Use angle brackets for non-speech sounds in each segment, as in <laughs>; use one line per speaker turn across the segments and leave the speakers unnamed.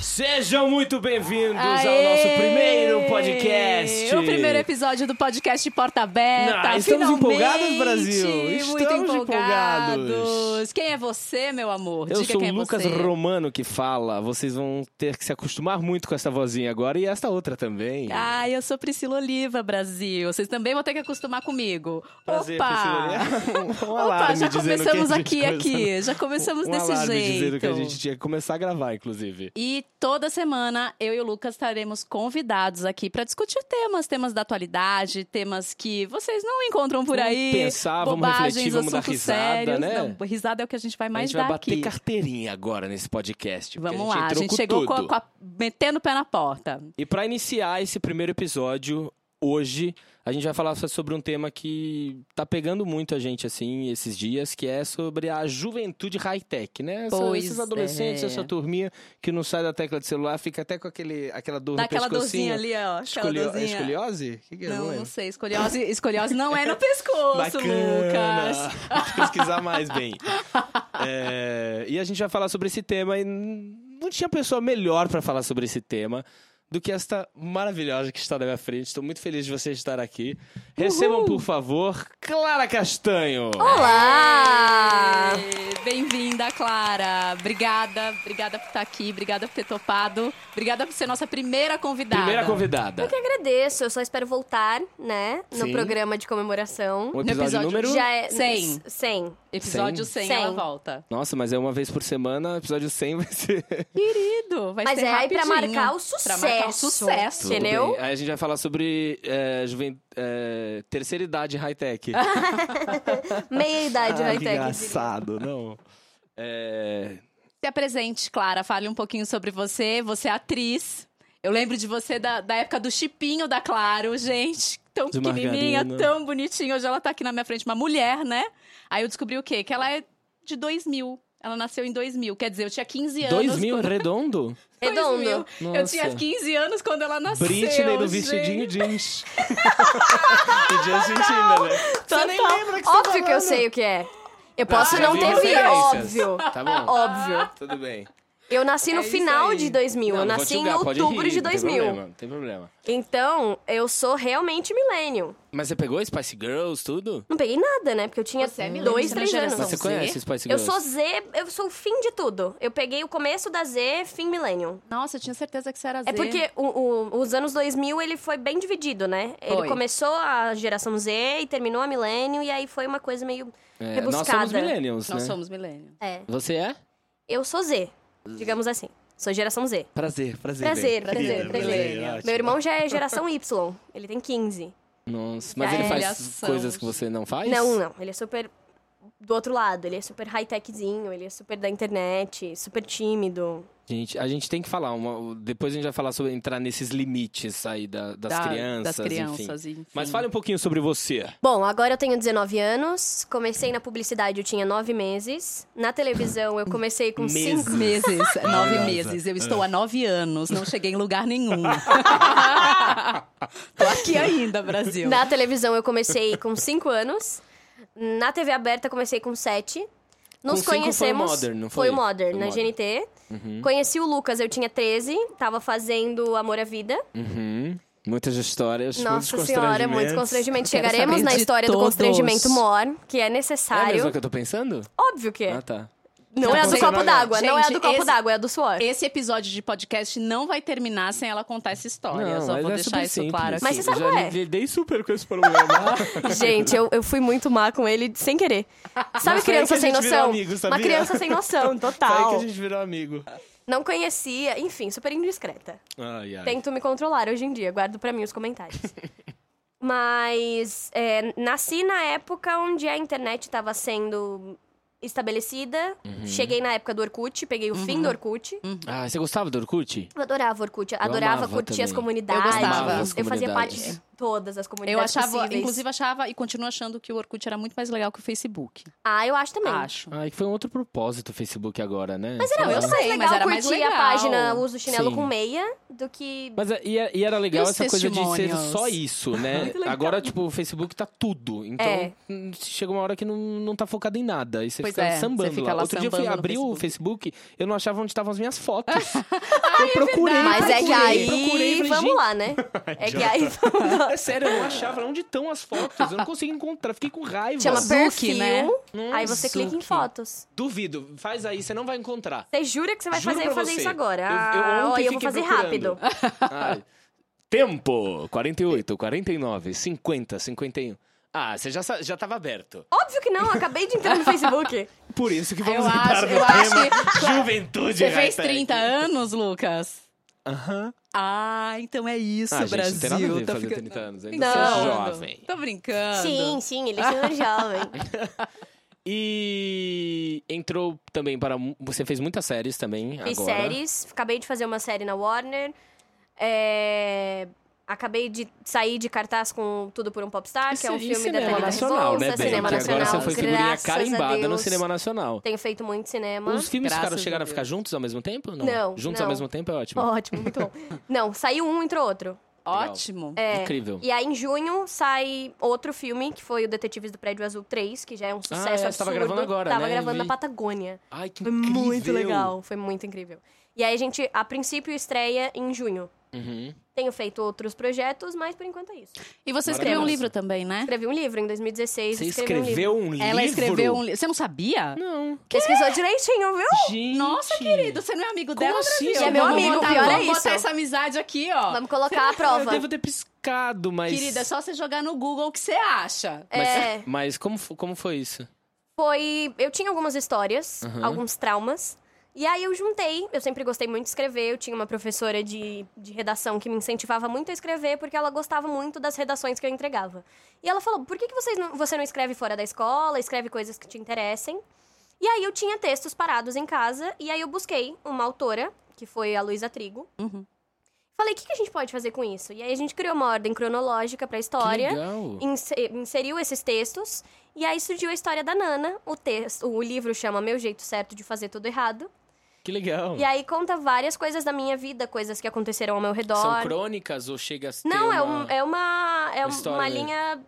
Sejam muito bem-vindos
Aê!
ao nosso primeiro podcast.
O primeiro episódio do podcast Porta Aberta.
Ah, estamos
finalmente.
empolgados, Brasil.
Muito
Estamos
empolgados.
empolgados.
Quem é você, meu amor?
Eu
Diga
sou
quem é
o Lucas
você.
Romano que fala. Vocês vão ter que se acostumar muito com essa vozinha agora e esta outra também.
Ah, eu sou Priscila Oliva, Brasil. Vocês também vão ter que acostumar comigo.
Prazer,
Opa!
Priscila. <laughs> Um, um
Opa,
alarme
já
dizendo que
começamos
a gente
aqui,
começa-
aqui. Já começamos
um
desse
alarme
jeito.
dizendo que a gente tinha que começar a gravar, inclusive.
E toda semana eu e o Lucas estaremos convidados aqui para discutir temas, temas da atualidade, temas que vocês não encontram por
Vamos
aí.
pensar, vamos
bobagens,
refletir, vamos dar
assuntos
risada,
sérios.
né?
Não, risada é o que a gente vai
a
mais
gente
dar
vai bater
aqui.
carteirinha agora nesse podcast. porque
Vamos
a gente
lá, a
entrou
gente
com
chegou com a-
tudo.
com a- metendo o pé na porta.
E pra iniciar esse primeiro episódio, hoje, a gente vai falar sobre um tema que tá pegando muito a gente, assim, esses dias, que é sobre a juventude high-tech, né? Essa-
Pois
esses adolescentes,
é.
essa turminha que não sai da tecla de celular, fica até com aquele, aquela dor
Dá
no
aquela
pescocinho.
dorzinha ali, ó. aquela
Escolio- é
dorzinha.
escoliose? O que, que é?
Não,
lembro.
não sei. Escoliose, escoliose não é no pescoço, Lucas.
<laughs> Vou Pesquisar mais bem. É, e a gente vai falar sobre esse tema e não tinha pessoa melhor para falar sobre esse tema do que esta maravilhosa que está na minha frente. Estou muito feliz de você estar aqui. Recebam, por favor, Clara Castanho.
Olá! Bem-vinda, Clara. Obrigada, obrigada por estar aqui, obrigada por ter topado, obrigada por ser nossa primeira convidada.
Primeira convidada.
Eu que agradeço, eu só espero voltar, né? No
Sim.
programa de comemoração.
Um
No
episódio,
episódio
número...
Já é.
Cem.
100.
Episódio 100,
Cem.
ela
Cem.
volta.
Nossa, mas é uma vez por semana, episódio 100 vai ser...
Querido, vai
Mas
ser
é aí pra
rapidinho.
marcar o
Pra marcar o
sucesso.
sucesso.
Tudo
Entendeu?
bem. Aí a gente vai falar sobre é, juven- é, terceira idade
<laughs>
high-tech.
Meia idade
Ah, <laughs>
high
que
tech.
engraçado, não. É,
Se apresente, Clara, fale um pouquinho sobre você. Você é atriz. Eu lembro de você da, da época do chipinho da Claro, gente. Tão
De
pequenininha,
margarina.
tão bonitinha. Hoje ela tá aqui na minha frente, uma mulher, né? Aí eu descobri o quê? Que ela é de 2000. Ela nasceu em 2000. Quer dizer, eu tinha 15 anos.
2000
<laughs>
redondo?
quando- 2000.
Redondo.
Eu tinha 15 anos quando ela nasceu.
Britney no
gente.
vestidinho
<laughs>
jeans. e né? Justin Timberlake.
Total.
lembra
Óbvio que tá eu sei o que é. Eu posso
Ah,
não
vi
ter visto,
referências.
óbvio.
Tá bom,
Óbvio.
tudo bem.
Eu nasci no
É isso
final
aí.
de 2000, eu
Não, não vou
nasci
te julgar,
em
pode
outubro
rir,
de
Não tem
2000.
problema, não tem problema.
Então, eu sou realmente milênio.
Mas você pegou Spice Girls, tudo?
Não peguei nada, né? Porque eu tinha
Você é millennium,
dois,
você é
três
da
anos.
geração
Mas você
Z?
conhece Spice
Eu
Girls?
sou Z, eu sou o fim de tudo. Eu peguei o começo da Z, fim milênio.
Nossa, eu tinha certeza que você era Z.
É
Né?
porque o- o- os anos 2000 ele foi bem dividido, né?
Foi.
Ele começou a geração Z e terminou a milênio e aí foi uma coisa meio
É, nós
rebuscada.
somos millennials,
Nós
né?
somos milênio.
É.
Você é?
Eu sou Z, digamos assim. Sou geração Z.
Prazer, prazer.
Prazer,
bem.
prazer,
Querida,
prazer.
ótimo.
Meu irmão já é geração Y, ele tem 15.
Nossa, mas
Já
ele
é.
faz
Malhação.
coisas que você não faz?
Não, não, ele é super do outro lado, ele é super high-techzinho, ele é super da internet, super tímido.
Gente, a gente tem que falar. uma- depois a gente vai falar sobre entrar nesses limites aí da- das,
Da-
crianças,
Das
enfim.
crianças, enfim.
Mas fale um pouquinho sobre você.
Bom, agora eu tenho 19 anos, comecei na publicidade eu tinha 9 meses, na televisão eu comecei com 5
Meses.
Meses, <laughs> é. nove meses. Eu estou há nove anos, não cheguei em lugar <laughs> nenhum. Tô aqui ainda, Brasil.
Na televisão eu comecei
<laughs>
com 5 anos. Na TV aberta eu comecei com 7. Nos
Com cinco foi o
conhecemos.
Modern, não foi?
o Modern,
Foi o
na
Modern. Uhum.
GNT. Conheci o Lucas, eu tinha 13, tava fazendo Amor à Vida.
Uhum. Muitas histórias, muitos
Nossa senhora, é muitos constrangimentos.
Eu quero
Chegaremos
saber
na
de
história do
todos.
constrangimento mor, que é
É a
necessário.
mesma que eu tô pensando?
Óbvio que é.
Ah, tá.
Não é a do
Sensacional.
copo d'água, não é a
Gente,
do copo
esse-
d'água, é a do suor.
Esse episódio de podcast não vai terminar sem ela contar essa história.
Não,
Só
mas
vou
é
deixar
super
isso
simples.
claro aqui. Ah,
Mas você sabe
Eu
qual
já
é?
lidei super com esse
<laughs>
problema.
<laughs> Gente, eu, eu fui muito má com ele sem querer. Sabe
Mas foi aí é que a
criança sem
gente virou
noção?
amigo,
Uma
sabia?
criança
<laughs>
sem noção,
Foi aí
total.
que a gente virou amigo.
Não conhecia, enfim, super indiscreta.
Ai, ai.
Tento me controlar hoje em dia, guardo pra mim
<laughs>
os comentários. Mas é, nasci na época onde a internet estava sendo estabelecida.
Uhum.
Cheguei na época do Orkut, peguei o fim do Orkut.
Ah, você gostava do Orkut?
Eu adorava Orkut, adorava
amava
curtir as
também.
comunidades.
Eu gostava. Amava
as
Eu fazia parte
comunidades. É.
de todas as
Eu
comunidades
achava,
possíveis.
inclusive achava e continuo achando que o Orkut era muito mais legal que o Facebook.
Ah, eu acho também.
Acho.
Ah, e foi um outro propósito o Facebook agora, né? Mas
era-
Não,
eu
muito
sei, mas
mais legal
era mais
curtir a
legal.
página Uso Chinelo
Sim.
com Meia do que...
Mas é- e, é- e era legal
E os
essa coisa de ser
testemunhos?
só isso, né?
Muito legal.
Agora, tipo, o Facebook tá tudo. Então,
É.
hum, chega uma hora que não, não tá focado em nada. E você
Pois
fica
é,
sambando
você fica
lá.
lá
Outro dia eu fui
sambando no
abrir o Facebook, eu não achava onde estavam as minhas fotos. eu
é
procurei,
verdade.
Mas é que
procurei,
aí...
procurei, falei,
vamos
"Gente, <laughs>
lá, né? É que aí...
É sério, eu não achava onde estão as fotos. Eu não consigo encontrar, fiquei com raiva.
Chama
Zuki,
perfil,
né?
aí você clica em
Zuki.
fotos.
Duvido, faz aí, você não vai encontrar.
Você jura que você vai
Juro
fazer
pra
eu fazer
você.
isso agora?
Eu- eu
Ah,
ontem
olha, eu
fiquei
vou fazer
procurando.
rápido.
Ai. Tempo! 48, 49, 50, 51. Ah, você já, sa- já tava aberto.
Óbvio que não, acabei
<laughs>
de entrar no Facebook.
Por isso
Ah,
que
Eu
vamos
acho,
entrar
eu acho
no tema
que-
<laughs> Juventude
Você fez
hashtag.
30 anos, Lucas?
Aham.
Ah, então é isso,
Ah, gente,
Brasil.
não tem nada a ver
Tô
tá
fazer
ficando-
30 anos, ainda
sou
Brincando.
jovem.
Tô
Ah,
brincando.
Sim, sim, ele é
<laughs>
senhor
Então
jovem.
E entrou também para... mu- Você fez muitas séries também
Fiz
agora.
séries, acabei de fazer uma série na Warner. É, Acabei de sair de cartaz com Tudo por um Popstar, que é um
Isso- e
filme da
cinema
Thalita
nacional,
Rebouças,
né, Bem?
cinema
Porque agora
nacional.
você foi figurinha
graças a
carimbada no
Deus.
cinema nacional.
Tenho feito muito cinema.
Os filmes
Graças
ficaram,
a
chegaram a
Deus.
ficar juntos ao mesmo tempo? Não.
Não,
juntos
não.
ao mesmo tempo é ótimo.
Ótimo, muito bom. Não, saiu um, entrou outro.
Ótimo.
Incrível.
E aí, em junho, sai outro filme, que foi o Detetives do Prédio Azul 3, que já é um sucesso
é, você
absurdo.
tava gravando agora,
Tava
né?
gravando
Eu
na
vi.
Patagônia.
Ai, que
Foi
incrível.
É muito legal, foi muito incrível. E aí a gente, a princípio, estreia em junho.
Uhum.
Tenho feito outros projetos, mas por enquanto é isso.
E você escreveu um
Maravilhoso.
livro também, né?
Escrevi um livro em 2016.
Você
escrevi um
escreveu um livro?
Ela escreveu um livro. Você não sabia?
Não.
livro. Pesquisou direitinho, viu?
Gente.
Nossa, querido, você não é amigo
Como
dela,
assim?
Brasil?
É meu
Vamos
amigo,
botar,
pior é
vamos
isso.
botar essa amizade aqui, ó.
Vamos colocar <laughs> a
Ah, Eu
prova.
devo ter piscado, mas...
Querida, é só você jogar no Google o que você acha.
Mas,
É.
mas como, fo- como foi isso?
Foi. Eu tinha algumas histórias,
Uhum.
alguns traumas. E aí eu juntei. Eu sempre gostei muito de escrever. Eu tinha uma professora de, de redação que me incentivava muito a escrever, porque ela gostava muito das redações que eu entregava. E ela falou: por que, que vocês não- você não escreve fora da escola, escreve coisas que te interessem? E aí eu tinha textos parados em casa, e aí eu busquei uma autora, que foi a Luísa Trigo.
Uhum.
Falei, o que, que a gente pode fazer com isso? E aí a gente criou uma ordem cronológica pra história
Que legal.
inse- eh, inseriu esses textos. E aí surgiu a história da Nana. O, texto, o livro chama Meu Jeito Certo de Fazer Tudo Errado.
Que legal.
E aí conta várias coisas da minha vida, coisas que aconteceram ao meu redor.
Hum. São crônicas ou chega a ter
Não, é,
uma...
um- é uma, é
uma
uma,
história Ah. mesmo.
linha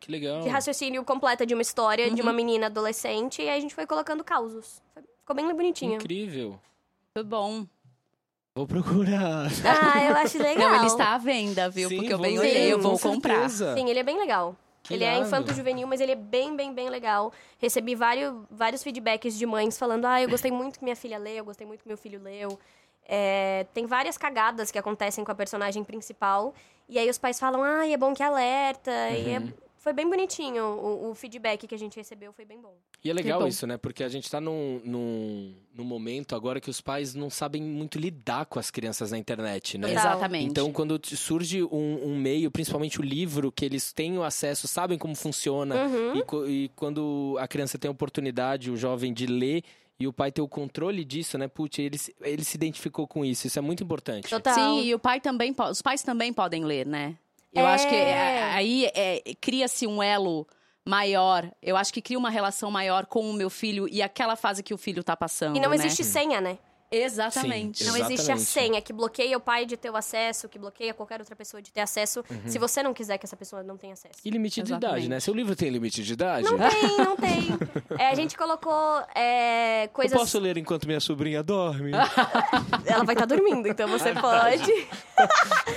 Que legal.
de raciocínio completa de uma história de
Uhum.
uma menina adolescente. E aí a gente foi colocando causos. Foi- Ficou bem bonitinho.
Incrível.
Tudo bom.
Vou procurar.
Ah,
<laughs>
eu acho legal.
Não, ele está à venda, viu?
Sim,
Porque eu
vou
bem
ler,
olhei, eu
com
vou comprar.
certeza.
Sim, ele é bem legal.
Que
ele é
irado.
infanto juvenil, mas ele é bem, bem, bem legal. Recebi vários, vários feedbacks de mães falando: ah, eu gostei muito que minha filha leu, eu gostei muito que meu filho leu. É, tem várias cagadas que acontecem com a personagem principal. E aí os pais falam: ah, é bom que alerta. E é-
Uhum.
foi bem bonitinho. O, o feedback que a gente recebeu foi bem bom.
E é
Que
legal
Então.
bom.
isso, né? Porque a gente tá num, num, num momento agora que os pais não sabem muito lidar com as crianças na internet, né?
Total.
Exatamente.
Então, quando te surge um, um meio, principalmente o livro, que eles têm o acesso, sabem como funciona,
Uhum.
e, co- e quando a criança tem a oportunidade, o jovem, de ler, e o pai ter o controle disso, né? Putz, ele, se- ele se identificou com isso, isso é muito importante.
Total.
Sim, e o pai também, po- os pais também podem ler, né? Eu
É.
acho que é, aí é, cria-se um elo maior. Eu acho que cria uma relação maior com o meu filho e aquela fase que o filho tá passando.
E não
né?
existe senha, né?
Exatamente.
Sim,
Não
Exatamente.
existe a senha que bloqueia o pai de ter o acesso, que bloqueia qualquer outra pessoa de ter acesso,
Uhum.
se você não quiser que essa pessoa não tenha acesso.
E limite de
Exatamente.
idade, né? Seu livro tem limite de idade?
Não tem, não tem. É, a gente colocou é, coisas.
Eu posso ler enquanto minha sobrinha
<laughs>
dorme?
Ela vai estar dormindo,
<laughs>
então
Ah,
você
tá.
pode.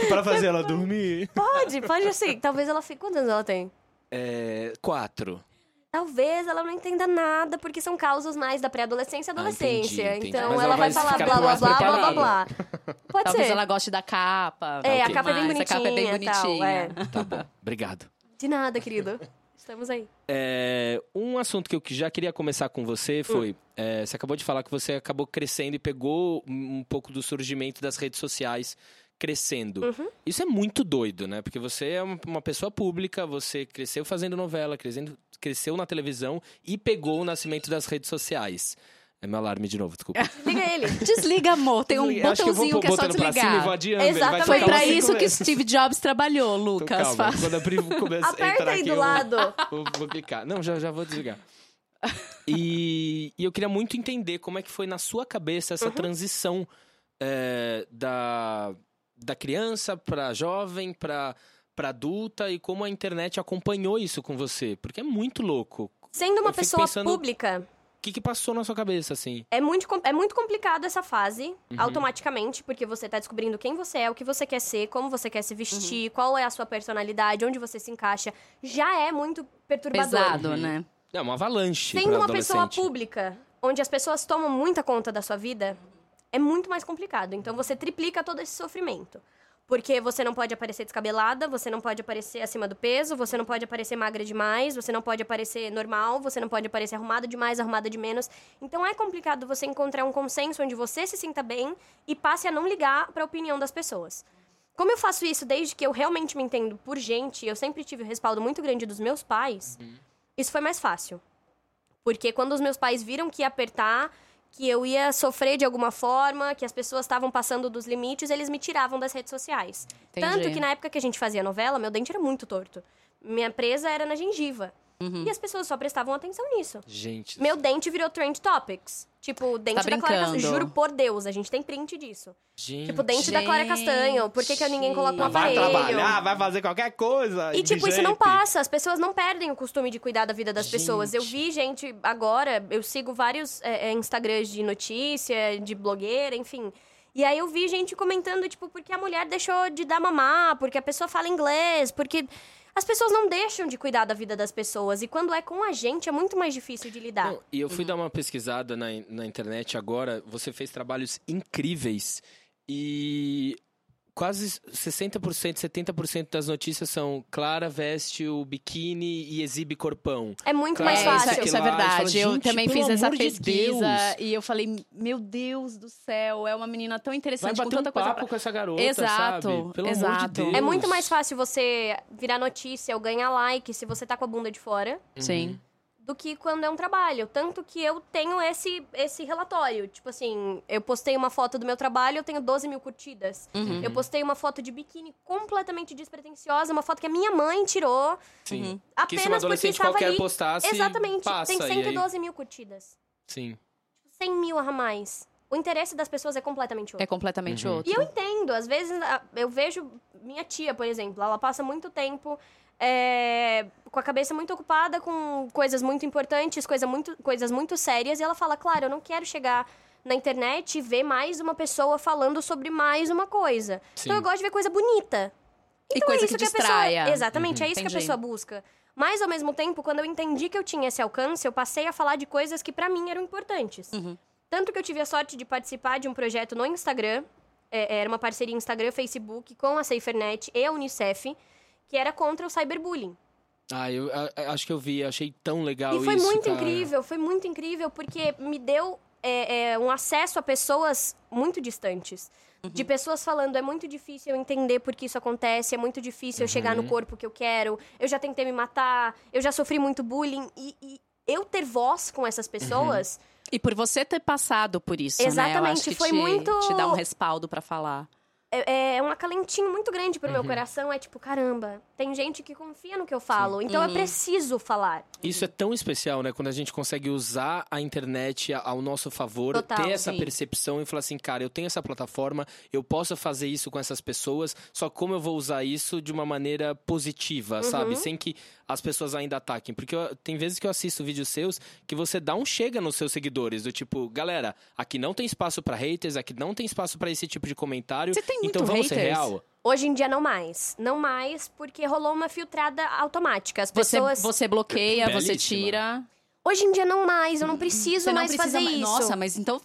para fazer ela dormir?
Pode, pode assim. Talvez ela fique. Quantos anos ela tem?
É, quatro.
Talvez ela não entenda nada, porque são causas mais da pré-adolescência e
Ah, entendi,
adolescência.
entendi.
Então
Mas
ela,
ela
vai
vai
falar
ficar
blá blá
mais
blá blá blá
preparada.
blá. Pode
Talvez
ser.
ela goste da capa.
É,
a
tudo
capa é bem
mais, A capa é bem
bonitinha, tal, é.
bonitinha.
Tá bom, obrigado.
De nada, querido. Estamos aí.
É, um assunto que eu que- já queria começar com você foi: é, você acabou de falar que você acabou crescendo e pegou um um pouco do surgimento das redes sociais crescendo. Isso é muito doido, né? Porque você é uma- uma pessoa pública, você cresceu fazendo novela, crescendo, cresceu na televisão e pegou o nascimento das redes sociais. É meu alarme de novo, desculpa.
Liga ele.
é. Desliga, amor. <laughs> Tem um
Acho
botãozinho que,
eu vou
é só
pôr o botão pra cima e
desligar.
vou adiando, ele vai
Exatamente.
Foi
ficar
pra
uns cinco
isso que
meses.
Steve Jobs trabalhou,
Então,
Lucas.
calma,
Faz-
quando a Pri começa a
Aperta
entrar
aí
aqui,
do
eu <laughs>
lado.
Vou, vou clicar. Não, já, já vou desligar. E, e eu queria muito entender como é que foi na sua cabeça
Uhum.
essa transição eh, da, da criança pra jovem, pra, pra adulta e como a internet acompanhou isso com você. Porque é muito louco. O
Sendo uma
Eu fico
pessoa
pensando-
pública,
que, que passou na sua cabeça, assim?
é muito, com- é muito complicado essa fase, automaticamente, porque você tá descobrindo quem você é, o que você quer ser, como você quer se vestir, qual é a sua personalidade, onde você se encaixa. Já é muito perturbador.
Pesado, né?
É uma avalanche
Sendo
pra
uma pessoa
adolescente.
pública, onde as pessoas tomam muita conta da sua vida, é muito mais complicado. Então você triplica todo esse sofrimento. Porque você não pode aparecer descabelada, você não pode aparecer acima do peso, você não pode aparecer magra demais, você não pode aparecer normal, você não pode aparecer arrumada demais, arrumada de menos. Então é complicado você encontrar um consenso onde você se sinta bem e passe a não ligar para a opinião das pessoas. Como eu faço isso desde que eu realmente me entendo por gente, eu sempre tive o respaldo muito grande dos meus pais,
Uhum.
isso foi mais fácil. Porque quando os meus pais viram que ia apertar, que eu ia sofrer de alguma forma, que as pessoas estavam passando dos limites, eles me tiravam das redes sociais.
Entendi.
Tanto que na época que a gente fazia novela, meu dente era muito torto. Minha presa era na gengiva.
Uhum.
E as pessoas só prestavam atenção nisso.
Gente,
Meu dente virou trend topics. Tipo, o dente da Clara
Tá brincando.
Castanho. Juro por Deus, a gente tem print disso.
gente.
Tipo, dente da Clara
Gente.
Castanho. Por que, que ninguém coloca um
Não
vai
aparelho?
trabalhar, vai fazer qualquer coisa.
E, tipo, isso não
indigente.
passa. As pessoas não perdem o costume de cuidar da vida das pessoas. Eu
Gente.
vi gente agora, eu sigo vários é, é, Instagrams de notícia, de blogueira, enfim. E aí eu vi gente comentando, tipo, porque a mulher deixou de dar mamar, porque a pessoa fala inglês, porque. As pessoas não deixam de cuidar da vida das pessoas. E quando é com a gente, é muito mais difícil de lidar.
Não, e eu
Uhum.
fui dar uma pesquisada na, na internet agora. Você fez trabalhos incríveis e quase 60%, 70% das notícias são Clara veste o biquíni e exibe corpão.
É muito
Claro.
mais
É, isso,
fácil.
é-
Aquilo
isso é
lá,
verdade.
você fala,
eu
gente,
também
pelo
fiz essa
amor de
pesquisa
Deus.
e eu falei, meu Deus do céu, é uma menina tão
Vai
interessante com
bater um
tanta coisa
papo
pra...
com essa garota,
Exato,
sabe? Pelo amor de
exato.
Deus.
É muito mais fácil você virar notícia ou ganhar like se você tá com a bunda de fora
Sim.
do que quando é um trabalho. Tanto que eu tenho esse, esse relatório. Tipo assim, eu postei uma foto do meu trabalho, eu tenho 12 mil curtidas.
Uhum.
Eu postei uma foto de biquíni completamente despretensiosa, uma foto que a minha mãe tirou
Sim. Que se um
Uhum. apenas porque
adolescente
estava
qualquer
ali.
postasse,
Exatamente.
passa.
Tem
e aí-
112 mil curtidas.
Sim.
Então 100 mil a mais. O interesse das pessoas é completamente outro.
É completamente
Uhum.
outro.
E eu entendo, às vezes a- eu vejo minha tia, por exemplo, ela passa muito tempo é, com a cabeça muito ocupada com coisas muito importantes, coisa muito, coisas muito sérias, e ela fala, claro, eu não quero chegar na internet e ver mais uma pessoa falando sobre mais uma coisa.
Sim.
Então eu gosto de ver coisa bonita.
E
Então
coisa
é isso
que
a
distraia. Uhum,
pessoa... Exatamente, é isso que a
Entendi.
pessoa busca. Mas, ao mesmo tempo, quando eu entendi que eu tinha esse alcance, eu passei a falar de coisas que pra mim eram importantes.
Uhum.
Tanto que eu tive a sorte de participar de um projeto no Instagram, é, era uma parceria Instagram-Facebook com a SaferNet e a Unicef, que era contra o cyberbullying.
Ah, eu a- acho que eu vi, achei tão legal
E foi
isso,
muito
cara.
incrível, foi muito incrível, porque me deu é, é, um acesso a pessoas muito distantes. De pessoas falando, é muito difícil eu entender por que isso acontece, é muito difícil eu chegar no
Uhum.
corpo que eu quero, eu já tentei me matar, eu já sofri muito bullying. E, e eu ter voz com essas pessoas
E por você ter passado por isso, né? Eu acho
Exatamente,
que
foi
te,
muito-
te dá um respaldo pra falar.
é, é um acalentinho muito grande pro meu
Uhum.
coração. É tipo, caramba, tem gente que confia no que eu falo, então eu
Uhum.
preciso falar.
Isso é tão especial, né? Quando a gente consegue usar a internet a- ao nosso favor,
Total,
ter essa
sim.
percepção e falar assim, cara, eu tenho essa plataforma, eu posso fazer isso com essas pessoas, só como eu vou usar isso de uma maneira positiva,
Uhum.
sabe? Sem que as pessoas ainda ataquem. Porque eu- tem vezes que eu assisto vídeos seus que você dá um chega nos seus seguidores, do tipo, galera, aqui não tem espaço pra haters, aqui não tem espaço pra esse tipo de comentário.
Você tem
então
muito
vamos ser
haters?
real.
Hoje em dia não mais. Não mais, porque rolou uma filtrada automática. As
Você,
pessoas.
você bloqueia, você
Belíssima.
tira.
Hoje em dia não mais, eu não preciso
Uhum. Você não
mais
precisa
fazer
mais-
isso.
Nossa, mas então.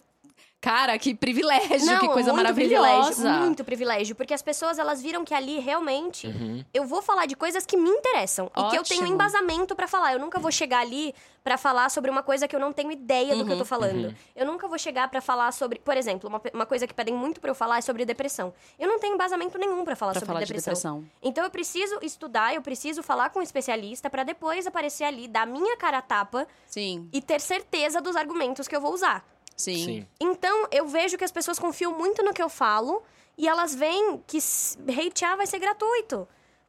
Cara, que privilégio,
não,
que coisa
muito
maravilhosa.
Privilégio, muito privilégio, porque as pessoas elas viram que ali realmente
Uhum.
eu vou falar de coisas que me interessam e que eu tenho
Ótimo.
embasamento pra falar. Eu nunca vou chegar ali pra falar sobre uma coisa que eu não tenho ideia do que eu
Uhum,
tô falando. Eu nunca vou chegar pra falar sobre, por exemplo, uma, pe- uma coisa que pedem muito pra eu falar é sobre depressão. Eu não tenho embasamento nenhum pra falar
Pra
sobre
falar
depressão.
de depressão.
Então eu preciso estudar, eu preciso falar com um especialista pra depois aparecer ali, dar minha cara a tapa
Sim.
e ter certeza dos argumentos que eu vou usar.
Sim.
Então, eu vejo que as pessoas confiam muito no que eu falo e elas veem que s- hatear vai ser gratuito.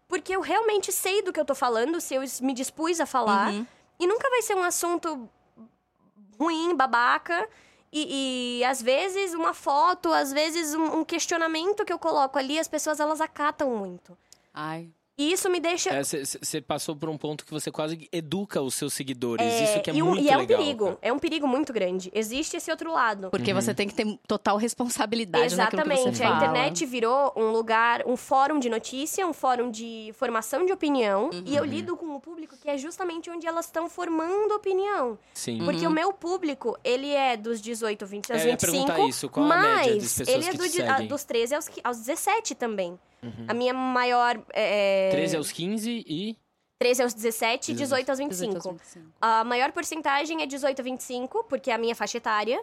Porque eu realmente sei do que eu tô falando, se eu es- me dispus a falar.
Uhum.
E nunca vai ser um assunto ruim, babaca. E, e, às vezes uma foto, às vezes um, um questionamento que eu coloco ali, as pessoas elas acatam muito.
Ai.
E isso me deixa.
É, Você passou por um ponto que você quase educa os seus seguidores.
é,
Isso que é
e, um-
muito
e é um
legal.
perigo,
cara.
é um perigo muito grande. Existe esse outro lado.
Porque
Uhum.
você tem que ter total responsabilidade naquilo que
Exatamente.
você
A
fala.
internet virou um lugar, um fórum de notícia, um fórum de formação de opinião. E
Uhum.
eu lido com o público que é justamente onde elas estão formando opinião.
Sim.
Porque
Uhum.
o meu público, ele é dos 18, 20 aos
É, eu ia
25.
perguntar isso, qual a
mas
média das pessoas
ele é
que
do
te
de-
seguem? Uhum.
ah, dos 13 aos, qui- aos 17 também. A minha maior. É,
13 aos 15 e.
13 aos 17 é e 18 aos
18 aos
25.
25.
A maior porcentagem é 18 a 25, porque é a minha faixa etária.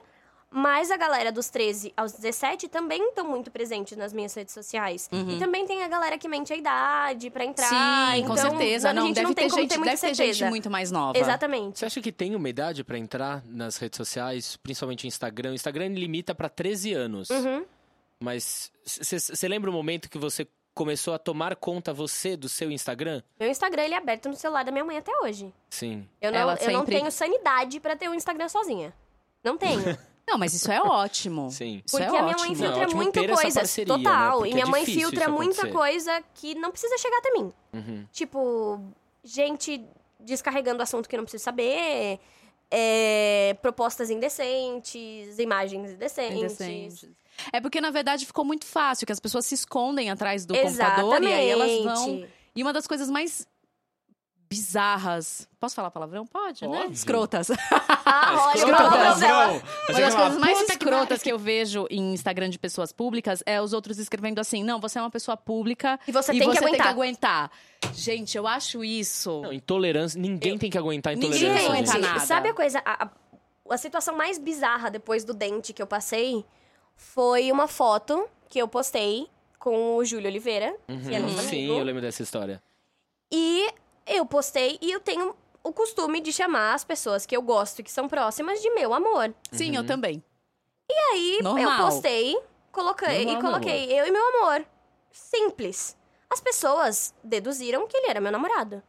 Mas a galera dos 13 aos 17 também estão muito presentes nas minhas redes sociais. E também tem a galera que mente a idade pra entrar.
Uhum. Sim, com
então,
certeza.
a
Não,
gente
deve,
não tem
ter,
como
gente,
ter muita
deve ter
certeza.
gente muito mais nova.
Exatamente.
Você acha que tem uma idade pra entrar nas redes sociais, principalmente o Instagram? O Instagram ele limita pra 13 anos.
Uhum.
Mas você lembra o momento que você começou a tomar conta você do seu Instagram?
Meu Instagram ele é aberto no celular da minha mãe até hoje.
Sim.
Eu não,
Ela
eu não
sempre-
tenho sanidade pra ter um Instagram sozinha. Não tenho.
Não, mas isso é ótimo.
Sim.
Isso
Porque
é
a minha mãe
ótimo.
Não, é
filtra
ótimo
muita
ter essa
coisa.
parceria, né?
total.
Porque
E minha
é
mãe
difícil isso
filtra muita
acontecer.
coisa que não precisa chegar até mim.
Uhum.
Tipo, gente descarregando assunto que eu não preciso saber. é, propostas indecentes, imagens indecentes.
Indecentes. É porque, na verdade, ficou muito fácil, que as pessoas se escondem atrás do
Exatamente.
computador e aí elas vão. <laughs> E uma das coisas mais bizarras. Posso falar palavrão? Pode, né?
Pode.
Escrotas.
Ah, olha o
escrotas,
palavrão dela.
é
Uma das coisas mais escrotas que, eu vejo em Instagram de pessoas públicas é os outros escrevendo assim: não, você é uma pessoa pública
E você
e
tem
você
que
tem que
aguentar.
aguentar. Gente, eu acho isso.
Não, uhum. intolerância. Ninguém tem que aguentar
Ninguém
intolerância.
tem que
gente.
aguentar
Gente,
nada.
sabe a coisa. A, a- a situação mais bizarra depois do dente que eu passei foi uma foto que eu postei com o Júlio Oliveira, que é nosso
Uhum. Sim,
amigo.
eu lembro dessa história.
E eu postei e eu tenho o costume de chamar as pessoas que eu gosto e que são próximas de meu amor.
Sim,
Uhum.
eu também.
E aí
Normal.
eu postei, coloquei
Normal,
e coloquei eu e meu amor. Simples. As pessoas deduziram que ele era meu namorado.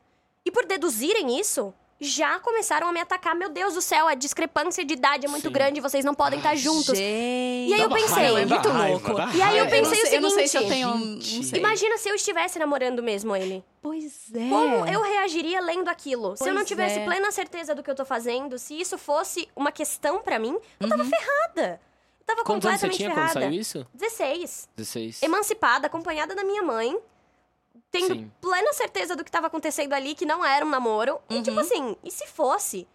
E por deduzirem isso, já começaram a me atacar. Meu Deus do céu, a discrepância de idade é muito
Sim.
grande, vocês não podem estar Tá juntos.
Gente.
E aí eu
Dá uma
pensei,
raiva,
é
dá
muito
raiva,
louco.
dá
E aí eu
raiva.
pensei o
Eu não sei se eu
seguinte,
tenho. não
gente.
sei.
Imagina se eu estivesse namorando mesmo ele.
Pois é.
Como eu reagiria lendo aquilo? se eu não
Pois
tivesse
é.
plena certeza do que eu tô fazendo, se isso fosse uma questão pra mim, eu tava ferrada. Eu tava
Uhum. Quantos anos você
completamente
tinha quando
ferrada.
saiu isso?
16.
16.
Emancipada, acompanhada da minha mãe, tendo
Sim.
plena certeza do que tava acontecendo ali, que não era um namoro. E
Uhum.
tipo assim, e se fosse?